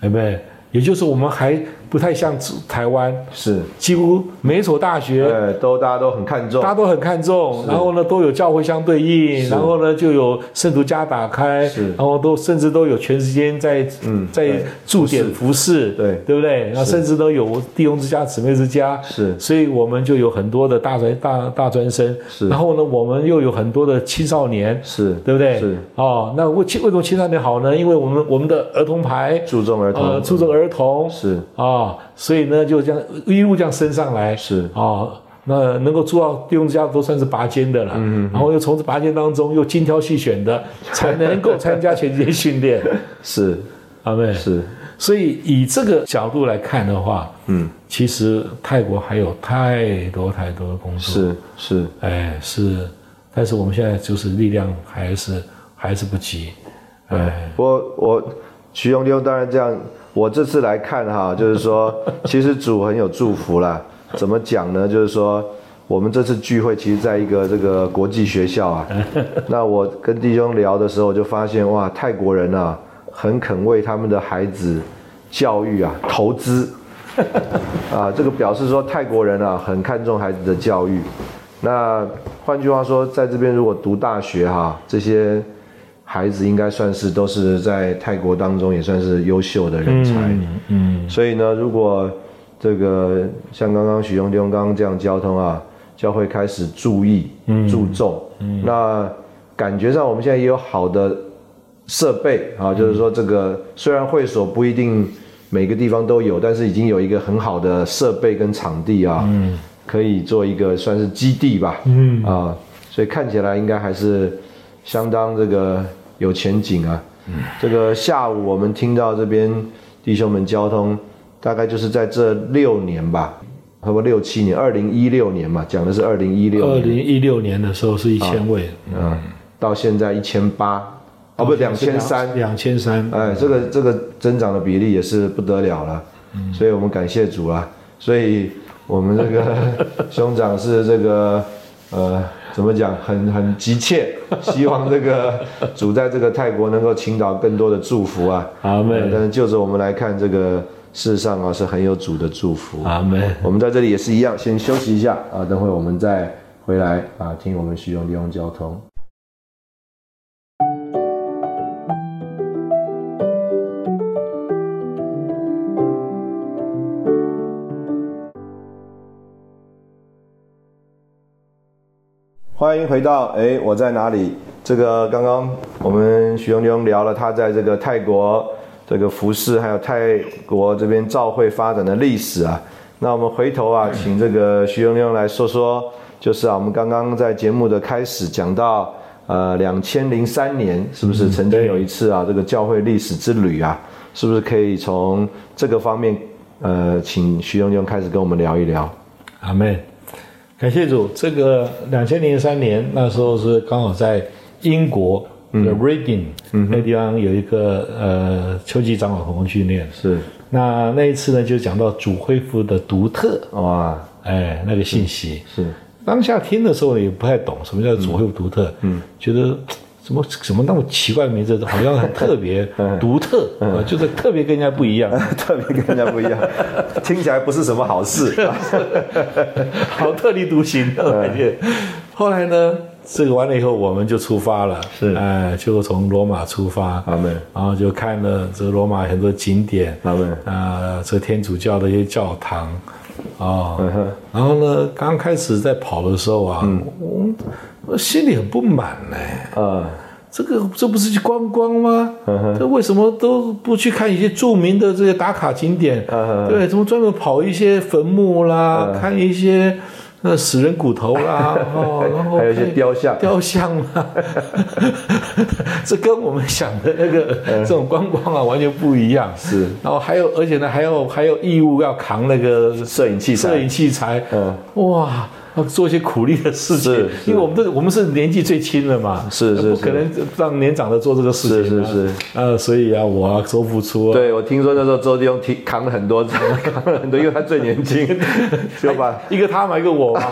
Speaker 3: 对不对？也就是我们还不太像台湾，
Speaker 2: 是，
Speaker 3: 几乎每一所大学
Speaker 2: 呃，都大家都很看重
Speaker 3: 大，家都很看重，然后呢都有教会相对应，然后呢就有圣徒家打开，
Speaker 2: 是
Speaker 3: 然后都甚至都有全时间在
Speaker 2: 嗯
Speaker 3: 在
Speaker 2: 对
Speaker 3: 驻点服侍，
Speaker 2: 对
Speaker 3: 对不对？然后甚至都有弟兄之家、姊妹之家，
Speaker 2: 是
Speaker 3: 所以我们就有很多的大专大大专生，
Speaker 2: 是
Speaker 3: 然后呢我们又有很多的青少年，
Speaker 2: 是，
Speaker 3: 对不对？
Speaker 2: 是
Speaker 3: 哦，那为为什么青少年好呢？因为我们我们的儿童牌，
Speaker 2: 注重儿
Speaker 3: 呃，
Speaker 2: 童，
Speaker 3: 注重儿童，
Speaker 2: 是
Speaker 3: 啊，所以呢，就这样一路这样升上来，
Speaker 2: 是
Speaker 3: 啊，那能够做到弟兄之家都算是拔尖的了，嗯，然后又从这拔尖当中又精挑细 选的，才能够参加全职训练，
Speaker 2: 是
Speaker 3: 阿妹，
Speaker 2: 是，
Speaker 3: 所以以这个角度来看的话，
Speaker 2: 嗯，
Speaker 3: 其实泰国还有太多太多的工作，
Speaker 2: 是是
Speaker 3: 哎，是，但是我们现在就是力量还是还是不及，哎，
Speaker 2: 我我徐荣丢当然这样，我这次来看哈，就是说，其实主很有祝福啦。怎么讲呢？就是说，我们这次聚会其实在一个这个国际学校啊，那我跟弟兄聊的时候，就发现哇，泰国人啊，很肯为他们的孩子教育啊投资。啊，这个表示说泰国人啊很看重孩子的教育。那换句话说，在这边如果读大学哈、这些孩子应该算是都是在泰国当中也算是优秀的人才。
Speaker 3: 嗯，
Speaker 2: 所以呢，如果这个像刚刚许兄弟兄刚刚这样交通啊，教会开始注意、
Speaker 3: 嗯
Speaker 2: 注重，那感觉上我们现在也有好的设备啊，就是说这个虽然会所不一定每个地方都有，但是已经有一个很好的设备跟场地啊，可以做一个算是基地吧，嗯啊，所以看起来应该还是相当这个有前景啊。这个下午我们听到这边弟兄们交通，大概就是在这六年吧，差不多六七年，二零一六年嘛，讲的是二零一六
Speaker 3: 二
Speaker 2: 年，
Speaker 3: 零一六年的时候是一千位，
Speaker 2: 嗯，到现在一千八，哦不，两千三，
Speaker 3: 两千三，
Speaker 2: 哎，这个这个增长的比例也是不得了了，所以我们感谢主啊，所以我们这 个兄长是这个呃怎么讲，很很急切，希望这 个主在这个泰国能够倾倒更多的祝福啊，
Speaker 3: 阿妹
Speaker 2: 呃但是就着我们来看，这个世上啊是很有主的祝福。
Speaker 3: 阿妹。
Speaker 2: 我们在这里也是一样，先休息一下啊，等会我们再回来啊，听我们徐荣利用交通。欢迎回到哎，我在哪里？这个刚刚我们徐兄弟兄聊了他在这个泰国这个服饰，还有泰国这边教会发展的历史啊。那我们回头啊，请这个徐兄弟兄来说说，就是啊，我们刚刚在节目的开始讲到，呃，两千零三年是不是曾经有一次啊，这个教会历史之旅啊，是不是可以从这个方面，呃，请徐兄弟兄开始跟我们聊一聊？
Speaker 3: 阿妹，感谢主。这个两千零三年那时候是刚好在英国的 Reading、那地方有一个呃秋季长老同训练。
Speaker 2: 是
Speaker 3: 那那一次呢，就讲到主恢复的独特，
Speaker 2: 哇，
Speaker 3: 哎，那个信息。
Speaker 2: 是
Speaker 3: 当下听的时候也不太懂什么叫主会独特，嗯，觉得怎么怎么那么奇怪的名字，好像很特别、独特，啊，就是特别跟人家不一样。
Speaker 2: 特别跟人家不 一样，听起来不是什么好事。
Speaker 3: 好特立独行的感觉。后来呢，这个完了以后，我们就出发了，
Speaker 2: 是
Speaker 3: 哎、就从罗马出发，
Speaker 2: 阿门
Speaker 3: 然后就看了这个罗马很多景点，
Speaker 2: 阿门
Speaker 3: 啊、这天主教的一些教堂，啊、然后呢，刚开始在跑的时候啊，我我心里很不满呢、
Speaker 2: 啊，
Speaker 3: 这个这不是去观光吗？
Speaker 2: 嗯
Speaker 3: 这为什么都不去看一些著名的这些打卡景点？
Speaker 2: 嗯
Speaker 3: 对，怎么专门跑一些坟墓啦，看一些呃死人骨头 啦，哦，然后
Speaker 2: 还有一些
Speaker 3: 看
Speaker 2: 雕像
Speaker 3: 雕像啦，这跟我们想的那个这种观光啊完全不一样。
Speaker 2: 嗯是，
Speaker 3: 然后还有，而且呢，还有还有义务要扛那个
Speaker 2: 摄影器材
Speaker 3: 摄影器材，
Speaker 2: 嗯
Speaker 3: 哇，要做一些苦力的事情
Speaker 2: 是，是
Speaker 3: 因为我们这我们是年纪最轻的嘛，
Speaker 2: 是是
Speaker 3: 不可能让年长的做这个事情、啊，
Speaker 2: 是是是，
Speaker 3: 呃，所以啊，我啊，周付出啊，
Speaker 2: 对我听说那时候周弟兄提扛了很多， 扛了很多，因为他最年 轻，就把
Speaker 3: 一个他嘛，一个我嘛，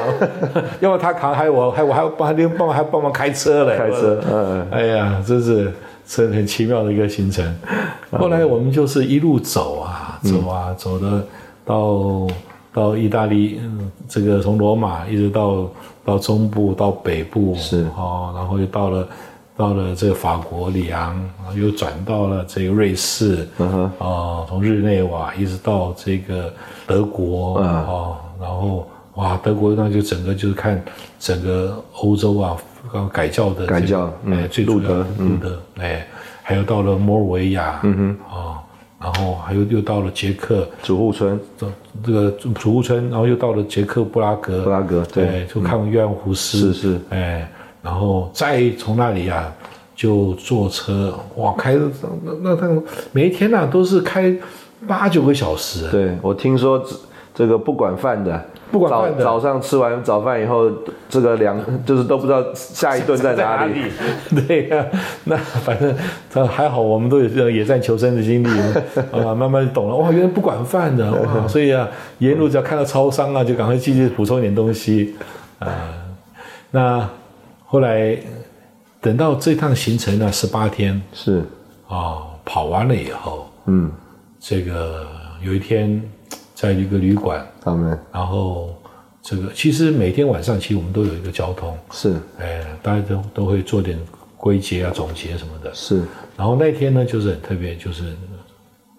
Speaker 3: 要么他扛，还有我，还我还要帮他帮忙，还帮忙开车嘞，
Speaker 2: 开车嗯
Speaker 3: 哎呀，真是是很奇妙的一个行程。
Speaker 2: 嗯
Speaker 3: 后来我们就是一路走啊，走啊，走的到到意大利，嗯这个从罗马一直到到中部到北部
Speaker 2: 是
Speaker 3: 哦，然后又到了。到了这个法国里昂，然后又转到了这个瑞士，
Speaker 2: 嗯哼
Speaker 3: 哦，从日内瓦一直到这个德国，
Speaker 2: 嗯
Speaker 3: 哦，然后哇，德国那就整个就是看整个欧洲啊，刚改教的这个、
Speaker 2: 改教嗯
Speaker 3: 哎，最主要的路德，哎，还有到了摩尔维亚，嗯哼，哦，然后还有又到了捷克，
Speaker 2: 主户村
Speaker 3: 这这个储物村，然后又到了捷克布拉格，
Speaker 2: 布拉格对嗯
Speaker 3: 哎就看约翰胡
Speaker 2: 是
Speaker 3: 斯，
Speaker 2: 是，
Speaker 3: 哎，然后再从那里啊，就坐车，哇，开那那他每一天呐、都是开八九个小时，
Speaker 2: 对我听说这这个不管饭的，
Speaker 3: 不管饭的
Speaker 2: 早早上吃完早饭以后，这个两就是都不知道下一顿在哪里。？
Speaker 3: 对呀、那反正他还好，我们都有这种野战求生的经历啊，慢慢懂了。哇，原来不管饭的哇，所以啊，沿路只要看到超商啊，就赶快进去补充点东西啊、那后来等到这趟行程呢、十八天
Speaker 2: 是，
Speaker 3: 啊、跑完了以后，
Speaker 2: 嗯，
Speaker 3: 这个有一天在一个旅馆，
Speaker 2: 他们
Speaker 3: 然后这个其实每天晚上其实我们都有一个交通，
Speaker 2: 是
Speaker 3: 哎，大家都都会做点归结啊、总结什么的。
Speaker 2: 是
Speaker 3: 然后那天呢，就是很特别，就是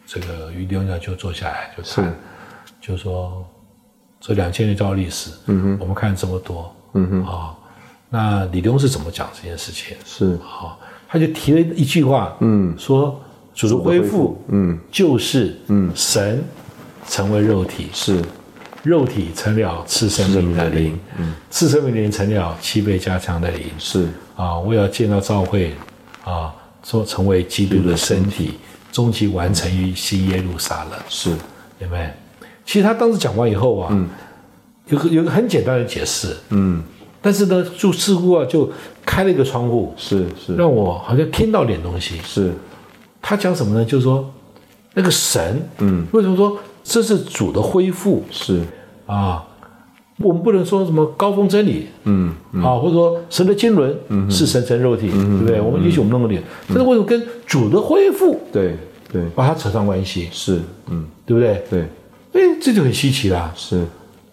Speaker 3: 这个于丢呢就坐下来就看，就说这两千年教历史，嗯哼，我们看这么多，嗯哼，啊、那李东是怎么讲这件事情？
Speaker 2: 是，
Speaker 3: 好、他就提了一句话，嗯，说主的恢复，嗯，就是嗯神成为肉体，
Speaker 2: 是
Speaker 3: 肉体成了次生命的灵，嗯次生命的灵成了七倍加强的灵
Speaker 2: 是
Speaker 3: 啊！为了建造教会啊，做成为基督的身体，终极完成于新耶路撒冷，
Speaker 2: 是，
Speaker 3: 对不对？其实他当时讲完以后啊，有个有个很简单的解释，
Speaker 2: 嗯，
Speaker 3: 但是呢，就似乎啊，就开了一个窗户，
Speaker 2: 是是
Speaker 3: 让我好像听到点东西。
Speaker 2: 是，
Speaker 3: 他讲什么呢？就是说，那个神，
Speaker 2: 嗯，
Speaker 3: 为什么说这是主的恢复
Speaker 2: 是，
Speaker 3: 啊？我们不能说什么高峰真理，
Speaker 2: 嗯，
Speaker 3: 啊，或者说神的经纶是神成肉体，对
Speaker 2: 嗯
Speaker 3: 不对？我们也许我们弄个点，但是为什么跟主的恢复
Speaker 2: 对对
Speaker 3: 把它扯上关系，
Speaker 2: 是，嗯
Speaker 3: 对不对？
Speaker 2: 对
Speaker 3: 哎，这就很稀奇啦，
Speaker 2: 是，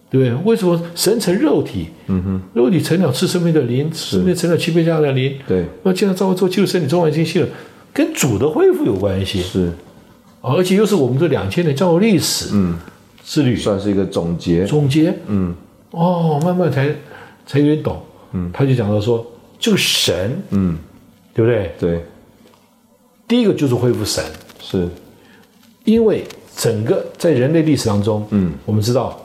Speaker 3: 对不对？为什么神成肉体，
Speaker 2: 嗯哼，
Speaker 3: 肉体成了吃生命的灵，吃生命成了欺骗下的灵，
Speaker 2: 对
Speaker 3: 那既然照会做基督身体中完清晰了，跟主的恢复有关系，
Speaker 2: 是，
Speaker 3: 啊而且又是我们这两千年教会历史
Speaker 2: 嗯，
Speaker 3: 之旅
Speaker 2: 算是一个总结，
Speaker 3: 总结，
Speaker 2: 嗯
Speaker 3: 哦，慢慢才才有点懂，嗯，他就讲到说，这个神，
Speaker 2: 嗯
Speaker 3: 对不对？
Speaker 2: 对
Speaker 3: 第一个就是恢复神，
Speaker 2: 是，
Speaker 3: 因为整个在人类历史当中，
Speaker 2: 嗯
Speaker 3: 我们知道，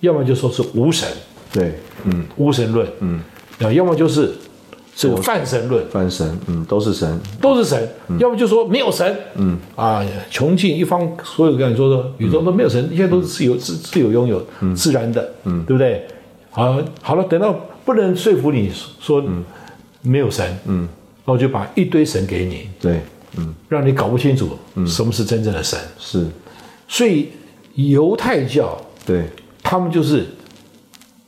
Speaker 3: 要么就说是无神，
Speaker 2: 对嗯
Speaker 3: 无神论，
Speaker 2: 嗯
Speaker 3: 啊，要么就是这个泛神论，
Speaker 2: 泛神，嗯都是神，
Speaker 3: 都是神；要么就说没有神，嗯啊，穷尽一方所有感说的宇宙都没有神，一切都是自由自自由拥有、自然的，嗯，对不对？好，好了，等到不能说服你说没有神，嗯，那我就把一堆神给你，
Speaker 2: 对嗯
Speaker 3: 让你搞不清楚什么是真正的神。
Speaker 2: 是，
Speaker 3: 所以犹太教
Speaker 2: 对
Speaker 3: 他们就是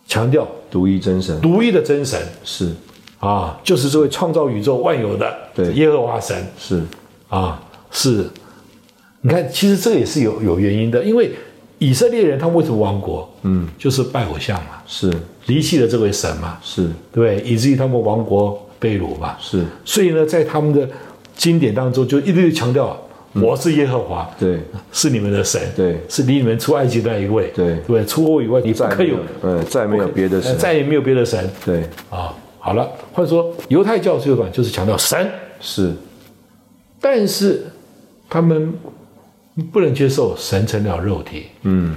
Speaker 3: 强调
Speaker 2: 独一真神
Speaker 3: 独一的真神
Speaker 2: 是
Speaker 3: 啊，就是这位创造宇宙万有的
Speaker 2: 对
Speaker 3: 耶和华神
Speaker 2: 是，
Speaker 3: 啊，是。你看，其实这个也是有有原因的，因为以色列人他们为什么亡国？
Speaker 2: 嗯
Speaker 3: 就是拜偶像嘛，
Speaker 2: 是
Speaker 3: 离弃了这位神嘛，
Speaker 2: 是
Speaker 3: 对不对，以至于他们亡国被掳嘛。
Speaker 2: 是，
Speaker 3: 所以呢，在他们的经典当中，就一直强调我是耶和华，
Speaker 2: 嗯对
Speaker 3: 是你们的神，
Speaker 2: 对
Speaker 3: 是离你们出埃及的那一位，
Speaker 2: 对
Speaker 3: 对不对，除我以外，你不
Speaker 2: 再
Speaker 3: 可
Speaker 2: 没
Speaker 3: 以有
Speaker 2: 有，呃再没有别的
Speaker 3: 呃
Speaker 2: 神，
Speaker 3: 再也没有别的神
Speaker 2: 对
Speaker 3: 啊。好了，或者说犹太教最短就是强调神，
Speaker 2: 是
Speaker 3: 但是他们不能接受神成了肉体，
Speaker 2: 嗯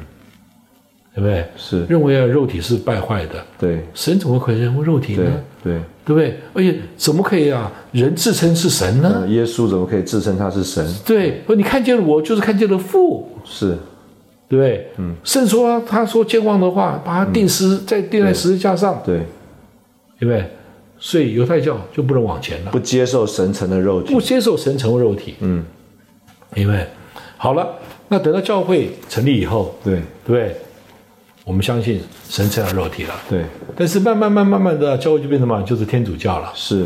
Speaker 3: 对不对？
Speaker 2: 是
Speaker 3: 认为啊肉体是败坏的，
Speaker 2: 对
Speaker 3: 神怎么可以认为肉体
Speaker 2: 对
Speaker 3: 呢？
Speaker 2: 对，
Speaker 3: 对不对？而且怎么可以啊？人自称是神呢？
Speaker 2: 呃耶稣怎么可以自称他是神？
Speaker 3: 对，说你看见了我，就是看见了父，
Speaker 2: 是
Speaker 3: 对不对？嗯，圣说啊他说健忘的话，把他钉死在钉在十字架上，
Speaker 2: 对
Speaker 3: 对不对？所以犹太教就不能往前了，
Speaker 2: 不接受神成的肉体
Speaker 3: 不，接受神成为肉体，
Speaker 2: 嗯
Speaker 3: 因为好了，那等到教会成立以后，
Speaker 2: 对
Speaker 3: 对不对？我们相信神成了肉体了，
Speaker 2: 对
Speaker 3: 但是慢慢慢慢慢的教会就变成嘛，就是天主教了
Speaker 2: 是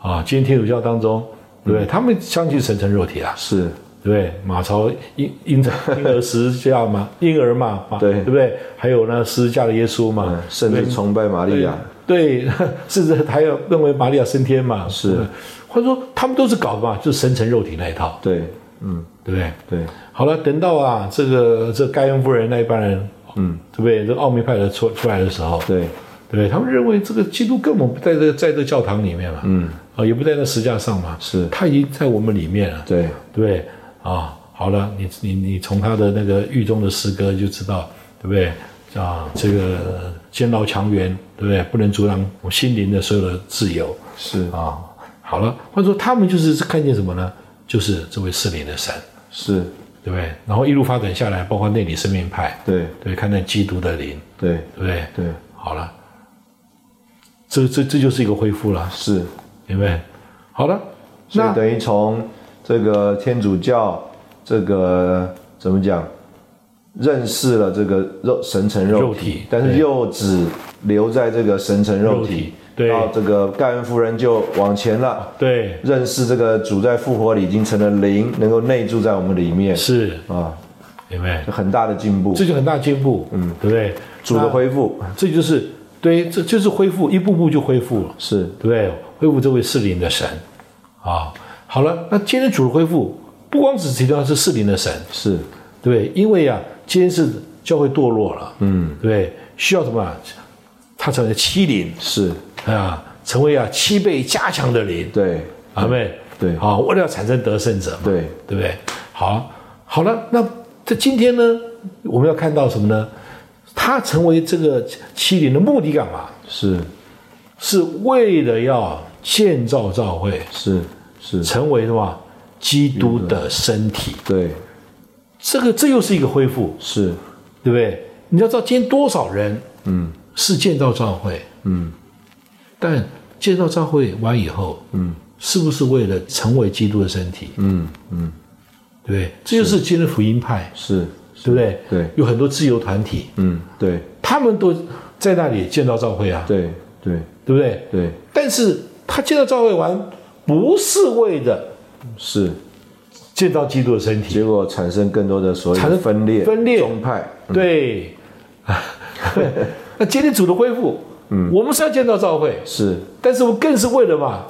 Speaker 3: 啊。今天天主教当中，对
Speaker 2: 嗯
Speaker 3: 不对？他们相信神成肉体啊，
Speaker 2: 是
Speaker 3: 对不对？马槽婴婴婴儿十字架嘛，婴儿嘛，啊
Speaker 2: 对嗯
Speaker 3: 对不对？还有呢，十字架的耶稣嘛，
Speaker 2: 甚至崇拜玛利亚
Speaker 3: 对，甚至还有认为玛利亚升天嘛，
Speaker 2: 是
Speaker 3: 对不对，或者说他们都是搞嘛，就是神成肉体那一套，
Speaker 2: 对嗯
Speaker 3: 对不对？
Speaker 2: 对
Speaker 3: 好了，等到啊，这个这盖恩夫人那一帮人，
Speaker 2: 嗯
Speaker 3: 对不对？这奥秘派的出出来的时候，对
Speaker 2: 对
Speaker 3: 不对？他们认为这个基督根本不在这在这教堂里面嘛，
Speaker 2: 嗯
Speaker 3: 啊，也不在那十架上嘛，
Speaker 2: 是
Speaker 3: 他已经在我们里面了，
Speaker 2: 对
Speaker 3: 对不对？啊，好了，你你你从他的那个狱中的诗歌就知道，对不对？啊，这个监牢强援，对不对？不能阻挡我心灵的所有的自由
Speaker 2: 是
Speaker 3: 啊。好了，或者说他们就是看见什么呢？就是这位圣灵的神，
Speaker 2: 是
Speaker 3: 对不对？然后一路发展下来，包括内里生命派，
Speaker 2: 对
Speaker 3: 对，看见基督的灵，
Speaker 2: 对
Speaker 3: 对不对？
Speaker 2: 对
Speaker 3: 好了，这这这就是一个恢复了，
Speaker 2: 是，
Speaker 3: 对不对？好了，
Speaker 2: 所以
Speaker 3: 那
Speaker 2: 等于从这个天主教这个怎么讲？认识了这个肉神成肉体，
Speaker 3: 肉体
Speaker 2: 但是
Speaker 3: 对
Speaker 2: 又只留在这个神成肉
Speaker 3: 肉
Speaker 2: 体
Speaker 3: 体，对
Speaker 2: 然后这个盖恩夫人就往前了，
Speaker 3: 对，
Speaker 2: 认识这个主在复活里已经成了灵，能够内住在我们里面
Speaker 3: 是，
Speaker 2: 啊，
Speaker 3: 对不对？
Speaker 2: 就很大的进步
Speaker 3: 这，就很大进步，嗯，对不对？
Speaker 2: 主的恢复
Speaker 3: 那，这就是对，这就是恢复，一步步就恢复了，
Speaker 2: 是
Speaker 3: 对不对？恢复这位适灵的神啊。好了，那今天主的恢复不光只提到是适灵的神，
Speaker 2: 是
Speaker 3: 对，因为啊，今天是教会堕落了，嗯，对，需要什么啊？他成为欺凌
Speaker 2: 是，
Speaker 3: 啊，成为啊七倍加强的灵，
Speaker 2: 对
Speaker 3: 阿妹，
Speaker 2: 对
Speaker 3: 好、为了要产生得胜者嘛，
Speaker 2: 对
Speaker 3: 对不对？好，好了，那这今天呢，我们要看到什么呢？他成为这个欺凌的目的干嘛？
Speaker 2: 是
Speaker 3: 是为了要建造教会，
Speaker 2: 是是，
Speaker 3: 成为什么？基督的身体。
Speaker 2: 对
Speaker 3: 这个这又是一个恢复，
Speaker 2: 是
Speaker 3: 对不对？你要知道今天多少人，
Speaker 2: 嗯
Speaker 3: 是建道照会，
Speaker 2: 嗯
Speaker 3: 但建道照会完以后，
Speaker 2: 嗯
Speaker 3: 是不是为了成为基督的身体？
Speaker 2: 嗯嗯，
Speaker 3: 对不对？这就是今日福音派，
Speaker 2: 是，
Speaker 3: 对不对？
Speaker 2: 对
Speaker 3: 有很多自由团体，
Speaker 2: 嗯对
Speaker 3: 他们都在那里建道照会啊，
Speaker 2: 对对
Speaker 3: 对不对？
Speaker 2: 对
Speaker 3: 但是他建道照会完，不是为了
Speaker 2: 是，
Speaker 3: 建造基督的身体，
Speaker 2: 结果产生更多的所谓
Speaker 3: 产
Speaker 2: 的
Speaker 3: 生
Speaker 2: 分裂
Speaker 3: 分裂
Speaker 2: 宗派，
Speaker 3: 对。那今天主的恢复，嗯，我们是要建造教会，
Speaker 2: 是呃
Speaker 3: 但是我们更是为了嘛，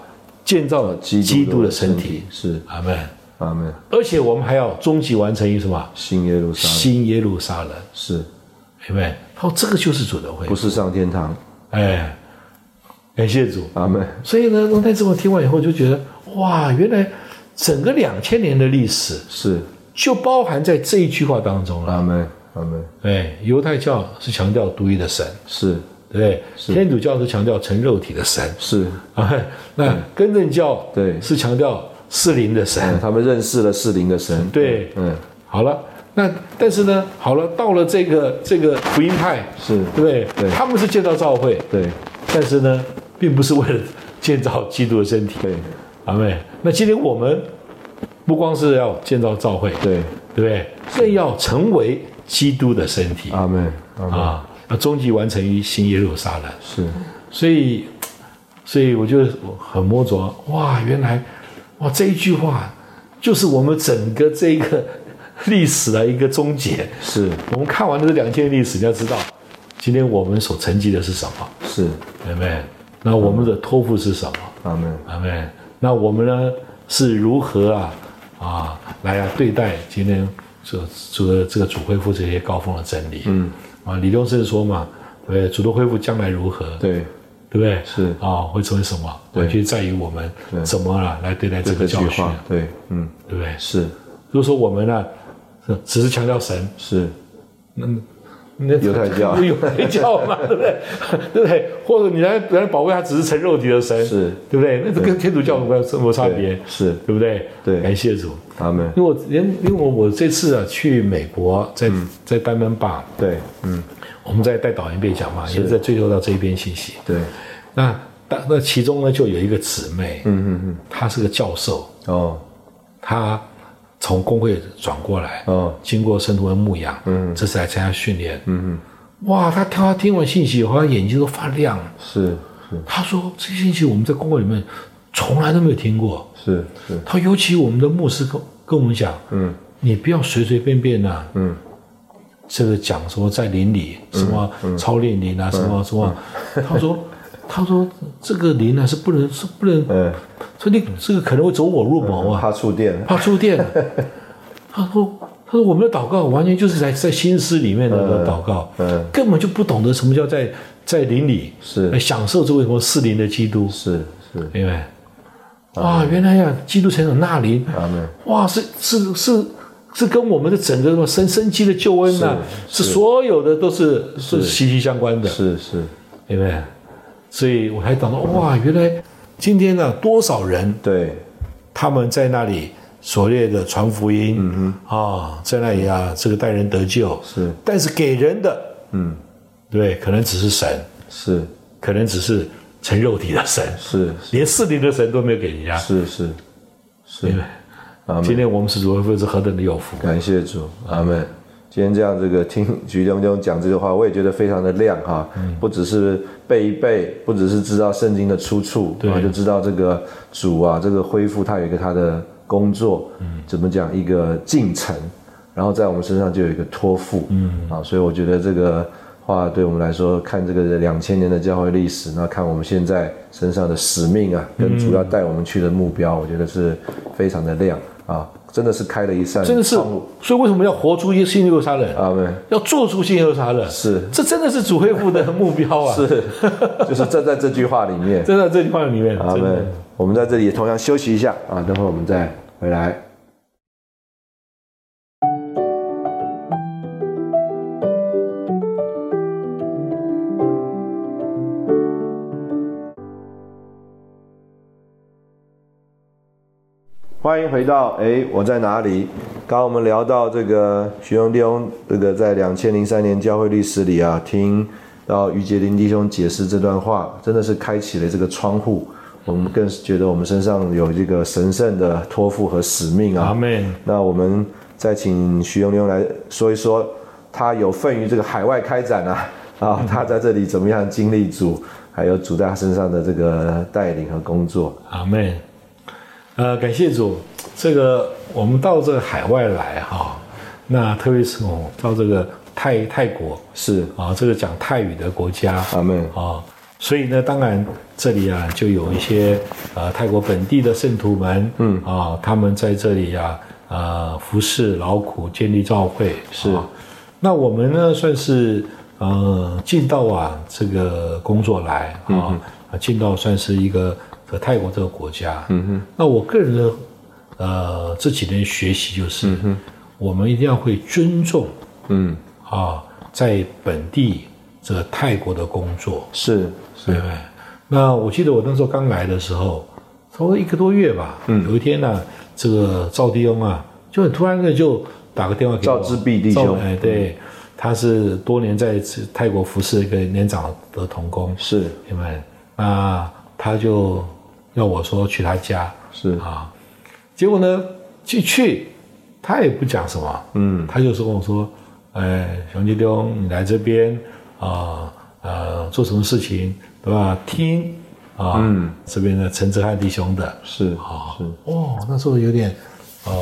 Speaker 3: 建造
Speaker 2: 基
Speaker 3: 基督的
Speaker 2: 的
Speaker 3: 身体
Speaker 2: 体，是
Speaker 3: 阿门。
Speaker 2: 阿门，
Speaker 3: 而且我们还要终极完成一个什么？
Speaker 2: 新耶路撒冷
Speaker 3: 新耶路撒冷，
Speaker 2: 是
Speaker 3: 明白？好，这个就是主的会，
Speaker 2: 不是上天堂？
Speaker 3: 哎，感谢主。
Speaker 2: 阿门，
Speaker 3: 所以呢，龙太子我听完以后就觉得，哇，原来整个两千年的历史
Speaker 2: 是
Speaker 3: 就包含在这一句话当中了。
Speaker 2: 阿门，阿门，
Speaker 3: 哎，犹太教是强调独一的神，
Speaker 2: 是
Speaker 3: 对不对？天主教是强调成肉体的神，
Speaker 2: 是，
Speaker 3: 啊，那根正教
Speaker 2: 对
Speaker 3: 是强调四灵的神，
Speaker 2: 嗯嗯他们认识了四灵的神，
Speaker 3: 对
Speaker 2: 嗯，
Speaker 3: 好了，那但是呢，好了，到了这个这个福音派，
Speaker 2: 是
Speaker 3: 对不对？
Speaker 2: 对
Speaker 3: 他们是建造教会，
Speaker 2: 对
Speaker 3: 但是呢，并不是为了建造基督的身体，
Speaker 2: 对
Speaker 3: 阿妹。那今天我们不光是要建造教会，
Speaker 2: 对，
Speaker 3: 对不对？更要成为基督的身体
Speaker 2: 阿门，阿门，
Speaker 3: 啊，要终极完成于新耶路撒冷。
Speaker 2: 是
Speaker 3: 所以，所以我就很摸着，哇，原来，哇，这一句话就是我们整个这个历史的一个终结。
Speaker 2: 是
Speaker 3: 我们看完了这两件历史，你要知道，今天我们所承继的是什么，
Speaker 2: 是，
Speaker 3: 阿妹。那我们的托付是什么，
Speaker 2: 阿门，
Speaker 3: 阿妹。那我们呢是如何啊啊来啊对待今天这这个这个主恢复这些高峰的真理？嗯，啊，李宗盛说嘛，对不对，主的恢复将来如何？
Speaker 2: 对
Speaker 3: 对不对？
Speaker 2: 是
Speaker 3: 啊，会成为什么？
Speaker 2: 对
Speaker 3: 完全在于我们
Speaker 2: 对
Speaker 3: 怎么啊来对待这
Speaker 2: 这
Speaker 3: 个
Speaker 2: 句
Speaker 3: 教训，
Speaker 2: 话，对，嗯，
Speaker 3: 对不对？
Speaker 2: 是
Speaker 3: 如果说我们呢，是只是强调神，
Speaker 2: 是
Speaker 3: 那
Speaker 2: 犹太教
Speaker 3: 犹太教嘛，对不 对？对不对？或者你来来保卫他，只是成肉体的神，
Speaker 2: 是
Speaker 3: 对不对？那这跟天主教没有什么差别
Speaker 2: 对，是
Speaker 3: 对不对？
Speaker 2: 对
Speaker 3: 感谢主。
Speaker 2: 阿门，
Speaker 3: 因为我因因为我我这次啊去美国，在
Speaker 2: 嗯
Speaker 3: 在丹门坝，
Speaker 2: 对，嗯
Speaker 3: 我们在带导演辈讲嘛，也是在追求到这一边信息。
Speaker 2: 对，
Speaker 3: 那那那其中呢，就有一个姊妹，
Speaker 2: 嗯嗯嗯，
Speaker 3: 她是个教授，
Speaker 2: 哦
Speaker 3: 她从工会转过来，
Speaker 2: 哦，
Speaker 3: 经过圣徒恩牧养，嗯，这次来参加训练，嗯哇，她她听完信息以后，她眼睛都发亮了。
Speaker 2: 是是
Speaker 3: 她说这些信息我们在工会里面从来都没有听过。
Speaker 2: 是是，
Speaker 3: 她尤其我们的牧师跟跟我们讲，
Speaker 2: 嗯
Speaker 3: 你不要随随便便呐、
Speaker 2: 嗯，
Speaker 3: 这个讲说在林里什么
Speaker 2: 嗯
Speaker 3: 操练林啊，什么什么，她说。她说：“这个林啊呢、是不能是不能
Speaker 2: 嗯，
Speaker 3: 说你这个可能会走火入魔啊，
Speaker 2: 怕触电，
Speaker 3: 怕触 电。他说，他说我们的祷告完全就是在在心思里面的祷告，
Speaker 2: 嗯
Speaker 3: 根本就不懂得什么叫在在灵里
Speaker 2: 是
Speaker 3: 来享受这位什么四灵的基督，
Speaker 2: 是是，
Speaker 3: 明白？
Speaker 2: 嗯
Speaker 3: 哇，原来呀，基督成长那灵，
Speaker 2: 阿门，
Speaker 3: 哇，是是是是跟我们的整个什么生生机的救恩呐、是
Speaker 2: 是
Speaker 3: 所有的都是是息息相关的，
Speaker 2: 是是，
Speaker 3: 明白？所以我还想到，哇，原来今天呢、多少人
Speaker 2: 对
Speaker 3: 他们在那里所谓的传福音，嗯啊、在那里啊，这个带人得救，
Speaker 2: 是
Speaker 3: 但是给人的，
Speaker 2: 嗯，
Speaker 3: 对，可能只是神，
Speaker 2: 是
Speaker 3: 可能只是成肉体的神，
Speaker 2: 是
Speaker 3: 连四灵的神都没有给人家，
Speaker 2: 是是
Speaker 3: 对不
Speaker 2: 是，
Speaker 3: 对？今天我们是如何是何等的有福，
Speaker 2: 感谢主，阿门。今天这样，这个听徐亮兄讲这句话，我也觉得非常的亮哈。
Speaker 3: 嗯
Speaker 2: 不只是背一背，不只是知道圣经的出处，
Speaker 3: 对
Speaker 2: 然后就知道这个主啊，这个恢复他有一个他的工作，
Speaker 3: 嗯
Speaker 2: 怎么讲一个进程，然后在我们身上就有一个托付，嗯啊，所以我觉得这个话对我们来说，看这个两千年的教会历史，那看我们现在身上的使命啊，
Speaker 3: 嗯
Speaker 2: 跟主要带我们去的目标，我觉得是非常的亮啊，真的是开了一扇
Speaker 3: 真的是
Speaker 2: 窗户。，
Speaker 3: 所以为什么要活出耶新耶路撒冷？
Speaker 2: 阿门，
Speaker 3: 要做出新耶路撒冷，
Speaker 2: 是
Speaker 3: 这真的是主恢复的目标 啊！
Speaker 2: 是，就是站在这句话里面。
Speaker 3: 真的这句话里面，
Speaker 2: 阿
Speaker 3: 真的
Speaker 2: 门。我们在这里也同样休息一下啊，等会儿我们再回来。欢迎回到哎，我在哪里？刚刚我们聊到这个徐荣弟兄，这个在两千零三年教会历史里啊，听然后于杰林弟兄解释这段话，真的是开启了这个窗户。我们更是觉得我们身上有这个神圣的托付和使命啊。
Speaker 3: 阿妹，
Speaker 2: 那我们再请徐永룡来说一说，他有份于这个海外开展啊，啊，他在这里怎么样经历主，还有主在他身上的这个带领和工作。
Speaker 3: 阿妹，呃，感谢主，这个我们到这个海外来哈、那特别是我到这个泰泰国
Speaker 2: 是，
Speaker 3: 啊，这个讲泰语的国家，
Speaker 2: 阿门，
Speaker 3: 啊，所以呢，当然这里啊就有一些呃泰国本地的圣徒们，嗯啊，他们在这里啊呃服侍劳苦，建立教会
Speaker 2: 是
Speaker 3: 啊那我们呢算是呃进到啊这个工作来啊，啊进到算是一个和泰国这个国家，嗯哼。那我个人的呃这几年学习就是，我们一定要会尊重
Speaker 2: 嗯，
Speaker 3: 啊在本地这个泰国的工作，
Speaker 2: 是，
Speaker 3: 对不对？那我记得我那时候刚来的时候，差不多一个多月吧。嗯，有一天呢、这个赵弟兄啊，就很突然的就打个电话给我。
Speaker 2: 赵志碧弟兄嗯
Speaker 3: 赵哎，对，他是多年在泰国服侍一个年长的童工，
Speaker 2: 是，
Speaker 3: 你们，那他就要我说去他家
Speaker 2: 是，
Speaker 3: 啊，结果呢，去去，他也不讲什么，
Speaker 2: 嗯，
Speaker 3: 他就说跟我说，哎，熊弟兄，你来这边啊呃做什么事情，对吧？听啊，嗯，这边的陈泽汉弟兄的，
Speaker 2: 是，
Speaker 3: 啊
Speaker 2: 是，
Speaker 3: 哦，那时候有点呃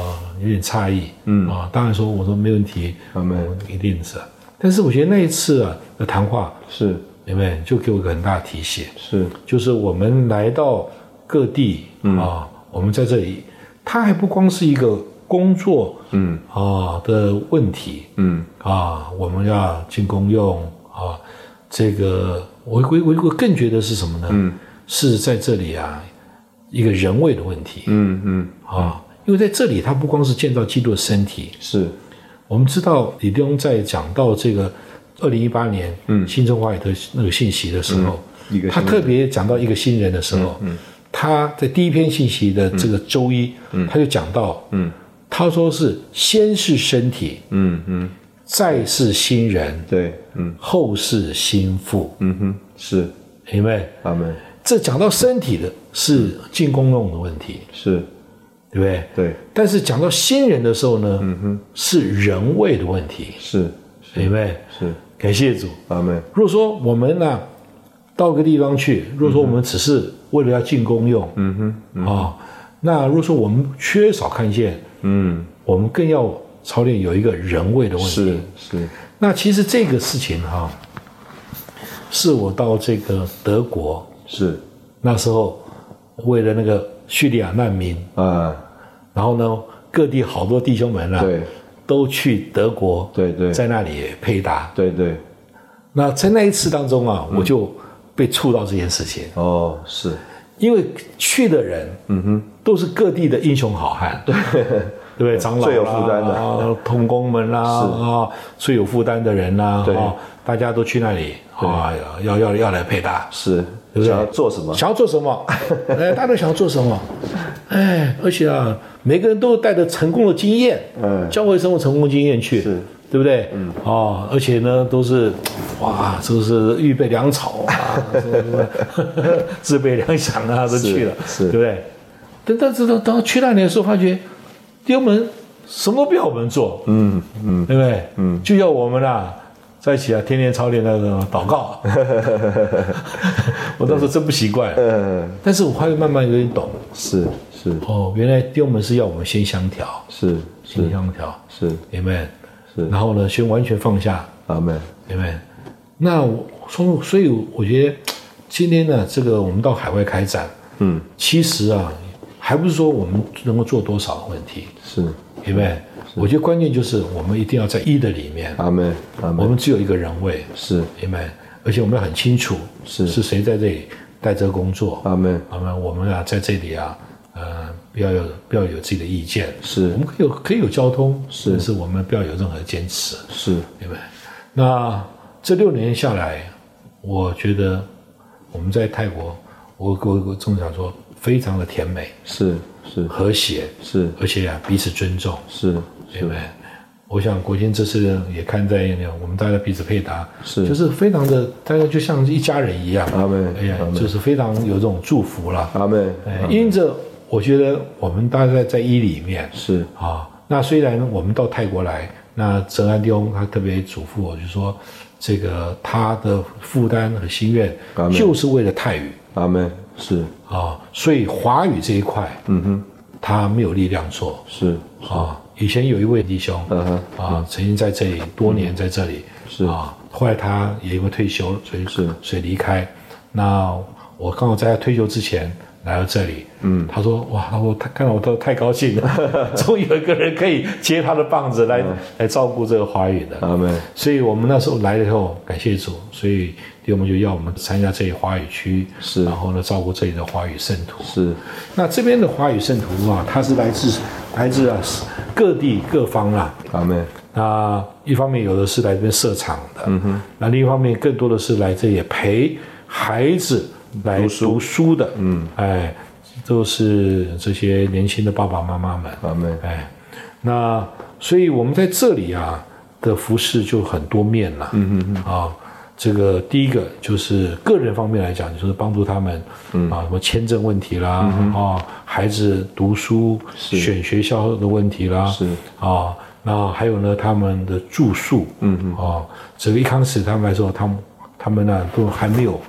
Speaker 3: 有点诧异，嗯啊，当然说我说没问题，
Speaker 2: 阿门
Speaker 3: 我一定是，但是我觉得那一次啊的谈话，
Speaker 2: 是，
Speaker 3: 你们就给我一个很大的提醒，
Speaker 2: 是，
Speaker 3: 就是我们来到各地啊、我们在这里，它还不光是一个工作，
Speaker 2: 嗯，
Speaker 3: 啊、的问题，
Speaker 2: 嗯，
Speaker 3: 啊，我们要进公用啊，这个我我我我更觉得是什么呢？嗯，是在这里啊，一个人为的问题，
Speaker 2: 嗯嗯，
Speaker 3: 啊，因为在这里它不光是建造基督的身体，
Speaker 2: 是，
Speaker 3: 我们知道李弟兄在讲到这个二零一八年嗯新中华语的那个信息的时候，
Speaker 2: 一个
Speaker 3: 他特别讲到一个新人的时候，嗯，他在第一篇信息的这个周一，嗯，他就讲到，嗯，他说是先是身体，
Speaker 2: 嗯嗯，
Speaker 3: 再是新人，
Speaker 2: 对，嗯
Speaker 3: 后是心腹，
Speaker 2: 嗯哼，是，
Speaker 3: 明白？
Speaker 2: 阿门，
Speaker 3: 这讲到身体的是进攻用的问题，
Speaker 2: 是，
Speaker 3: 对不对？
Speaker 2: 对，
Speaker 3: 但是讲到新人的时候呢，嗯哼，是人为的问题，
Speaker 2: 是，
Speaker 3: 明白？
Speaker 2: 是，
Speaker 3: 感谢主，
Speaker 2: 阿门，
Speaker 3: 如果说我们呢、到个地方去，如果说我们只是为了要进攻用，嗯哼，啊、那如果说我们缺少看见，
Speaker 2: 嗯，
Speaker 3: 我们更要操练有一个人为的问题。
Speaker 2: 是是，
Speaker 3: 那其实这个事情哈、是我到这个德国
Speaker 2: 是，
Speaker 3: 那时候，为了那个叙利亚难民，
Speaker 2: 啊，
Speaker 3: 然后呢，各地好多弟兄们啊，
Speaker 2: 对，
Speaker 3: 都去德国，
Speaker 2: 对对
Speaker 3: 在那里配搭。
Speaker 2: 对对，
Speaker 3: 那在那一次当中啊，我就被触到这件事情。
Speaker 2: 哦，是，
Speaker 3: 因为去的人，嗯哼，都是各地的英雄好汉，对对不对？长老啦
Speaker 2: 最有负担的
Speaker 3: 啊，童工们啦，啊，最有负担的人啦，
Speaker 2: 对
Speaker 3: 啊，大家都去那里啊，要要要来配搭，
Speaker 2: 是，
Speaker 3: 对不对
Speaker 2: 想要做什么？
Speaker 3: 想要做 什么？哎，大家都想要做什么？哎，而且啊，每个人都带着成功的经验，
Speaker 2: 嗯
Speaker 3: 教会生活成功经验去，
Speaker 2: 是
Speaker 3: 对不对？嗯，哦，而且呢，都是哇，这是预备粮草啊， 什么什么自备粮饷啊，都去了，
Speaker 2: 是是
Speaker 3: 对不对？但但是到到去那里的时候，发觉弟兄们什么都不要我们做，
Speaker 2: 嗯嗯，
Speaker 3: 对不对？嗯，就要我们啊，在一起啊，天天操练那个 祷告。我当时真不习惯，
Speaker 2: 呃，
Speaker 3: 但是我后来慢慢有点懂，
Speaker 2: 是是
Speaker 3: 哦，原来弟兄们是要我们先相调，
Speaker 2: 是
Speaker 3: 先
Speaker 2: 是
Speaker 3: 相调
Speaker 2: 是，
Speaker 3: ，amen。
Speaker 2: 是
Speaker 3: 然后呢，先完全放下
Speaker 2: 阿门，
Speaker 3: ，amen。那我从所以我觉得今天呢，这个我们到海外开展，
Speaker 2: 嗯，
Speaker 3: 其实啊，还不是说我们能够做多少的问题
Speaker 2: 是
Speaker 3: ，amen。我觉得关键就是我们一定要在一的里面，
Speaker 2: 阿门阿
Speaker 3: 我
Speaker 2: 门，
Speaker 3: 们只有一个人位
Speaker 2: 是
Speaker 3: ，amen。而且我们要很清楚
Speaker 2: 是
Speaker 3: 是谁在这里带这个工作，
Speaker 2: 阿门，
Speaker 3: 那么我们啊，在这里啊，呃，不要有不要有自己的意见，
Speaker 2: 是
Speaker 3: 我们可以有可以有交通，
Speaker 2: 是
Speaker 3: 但是我们不要有任何坚持，
Speaker 2: 是
Speaker 3: 对不对？那这六年下来，我觉得我们在泰国，我我我这么想说，非常的甜美、
Speaker 2: 是是
Speaker 3: 和谐，
Speaker 2: 是
Speaker 3: 而且啊彼此尊重，
Speaker 2: 是
Speaker 3: 对不对？我想国兴这次也看在眼里，我们大家彼此配搭，
Speaker 2: 是
Speaker 3: 就是非常的，大家就像一家人一样。
Speaker 2: 阿门
Speaker 3: 哎呀
Speaker 2: 阿，门
Speaker 3: 就是非常有这种祝福啦。
Speaker 2: 阿妹，
Speaker 3: 哎，因着我觉得我们大概在一里面
Speaker 2: 是
Speaker 3: 啊，那虽然我们到泰国来，那陈安弟兄他特别嘱咐我，就说这个他的负担和心愿
Speaker 2: 阿门
Speaker 3: 就是为了泰语
Speaker 2: 阿妹，是
Speaker 3: 啊，所以华语这一块
Speaker 2: 嗯哼，
Speaker 3: 他没有力量做
Speaker 2: 是
Speaker 3: 啊。以前有一位弟兄，
Speaker 2: 嗯哼，
Speaker 3: 啊，曾经在这里多年在这里，
Speaker 2: 是
Speaker 3: 啊，后来他也因为退休了，所以
Speaker 2: 是
Speaker 3: 所以离开。那我刚好在他退休之前来到这里，嗯，他说哇，我他看到我都太高兴 了，终于有一个人可以接他的棒子来、
Speaker 2: 嗯
Speaker 3: 来照顾这个华语的。
Speaker 2: 阿妹，
Speaker 3: 所以我们那时候来了以后，感谢主，所以弟兄们就要我们参加这里华语区，
Speaker 2: 是
Speaker 3: 然后呢照顾这里的华语圣徒。
Speaker 2: 是
Speaker 3: 那这边的华语圣徒啊，他是来自来自啊各地各方啊，
Speaker 2: 阿妹，
Speaker 3: 那一方面有的是来这边设厂的，嗯哼，那另一方面更多的是来这里陪孩子来读书的，嗯，哎，都是这些年轻的爸爸妈妈们，
Speaker 2: 阿妹，
Speaker 3: 哎，那所以我们在这里啊的服饰就很多面了，嗯嗯嗯啊。这个第一个就是个人方面来讲，就是帮助他们、啊，什么签证问题啦，啊，孩子读书选学校的问题啦，
Speaker 2: 是
Speaker 3: 啊，那还有呢，他们的住宿，嗯嗯，啊，这个一开始他们来说，他们他们呢都还没有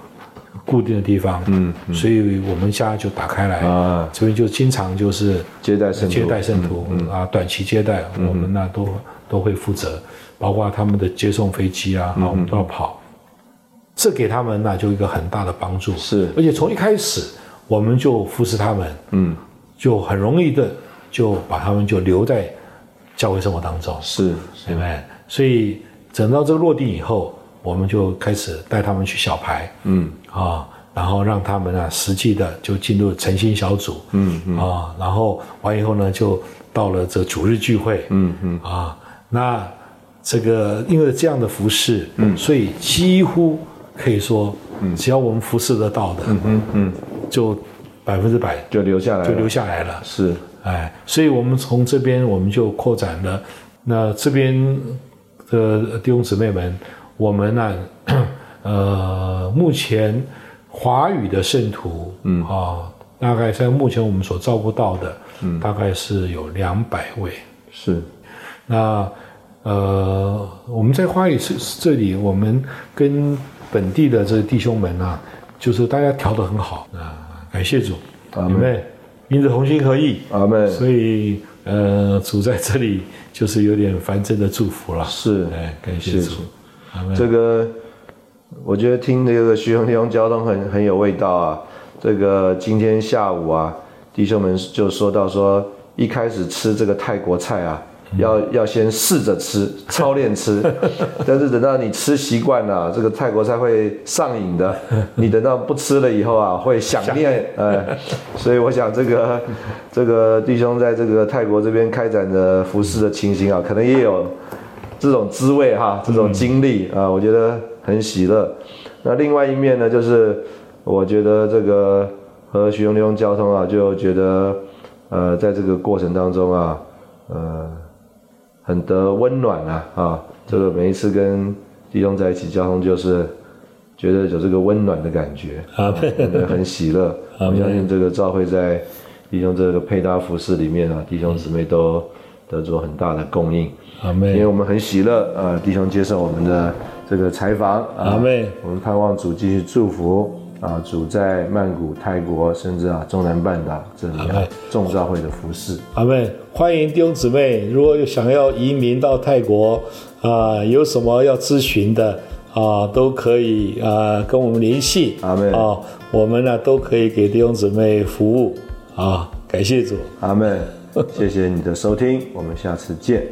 Speaker 3: 固定的地方，嗯，所以我们家就打开来，
Speaker 2: 啊，
Speaker 3: 这边就经常就是
Speaker 2: 接待圣徒
Speaker 3: 接待圣徒、
Speaker 2: 嗯
Speaker 3: 啊，短期接待，我们呢都都会负责，包括他们的接送飞机
Speaker 2: 嗯
Speaker 3: 啊，啊我们都要跑，这给他们呢就一个很大的帮助，
Speaker 2: 是
Speaker 3: 而且从一开始我们就服侍他们，
Speaker 2: 嗯，
Speaker 3: 就很容易的就把他们就留在教会生活当中，
Speaker 2: 是
Speaker 3: 对不对？所以等到这个落地以后，我们就开始带他们去小排，
Speaker 2: 嗯
Speaker 3: 啊，然后让他们啊实际的就进入诚心小组，
Speaker 2: 嗯
Speaker 3: 啊，然后完以后呢，就到了这主日聚会，
Speaker 2: 嗯嗯，
Speaker 3: 啊，那这个因为这样的服饰，嗯，所以几乎可以说，嗯，只要我们服侍得到的，嗯嗯，就百分之百
Speaker 2: 就留下来了，
Speaker 3: 就留下来了，
Speaker 2: 是
Speaker 3: 哎，所以我们从这边我们就扩展了，那这边的弟兄姊妹们，我们呢、呃，目前华语的圣徒，嗯啊、大概在目前我们所照顾到的，嗯，大概是有两百位。
Speaker 2: 是
Speaker 3: 那呃，我们在花语这这里，我们跟本地的这弟兄们啊，就是大家调得很好啊，感谢主，你们因着同心合意，
Speaker 2: 阿妹，
Speaker 3: 所以呃，主在这里就是有点繁盛的祝福了。
Speaker 2: 是
Speaker 3: 哎，感谢
Speaker 2: 谢
Speaker 3: 主
Speaker 2: 主。
Speaker 3: 阿们
Speaker 2: 这个，我觉得听这个徐兄弟兄交通很很有味道啊。这个今天下午啊，弟兄们就说到说，一开始吃这个泰国菜啊，要要先试着吃，操练 吃。但是等到你吃习惯了、这个泰国菜会上瘾 的。你等到不吃了以后啊，会想念。呃，所以我想这个这个弟兄在这个泰国这边开展的服饰的情形啊，可能也有这种滋味哈，这种经历啊，我觉得很喜乐。那另外一面呢，就是我觉得这个和徐荣利用交通啊，就觉得呃，在这个过程当中啊，呃，很得温暖啊啊，这个每一次跟弟兄在一起交通，就是觉得有这个温暖的感觉，
Speaker 3: 阿
Speaker 2: 真的很喜乐。
Speaker 3: 阿
Speaker 2: 我
Speaker 3: 门
Speaker 2: 相信这个照会在弟兄这个配搭服饰里面啊，弟兄姊妹都得着很大的供应。
Speaker 3: 阿
Speaker 2: 因为
Speaker 3: 妹，
Speaker 2: 我们很喜乐，呃，弟兄接受我们的这个采访，啊
Speaker 3: 阿妹
Speaker 2: 我们盼望主继续祝福啊，主在曼谷、泰国，甚至啊中南半岛这里
Speaker 3: 阿
Speaker 2: 啊
Speaker 3: 妹，
Speaker 2: 众召会的服饰。
Speaker 3: 阿妹，欢迎弟兄姊妹，如果有想要移民到泰国啊、有什么要咨询的啊、都可以啊、跟我们联系。
Speaker 2: 阿妹
Speaker 3: 啊，我们呢都可以给弟兄姊妹服务啊，感谢主。
Speaker 2: 阿门，谢谢你的收听，我们下次见。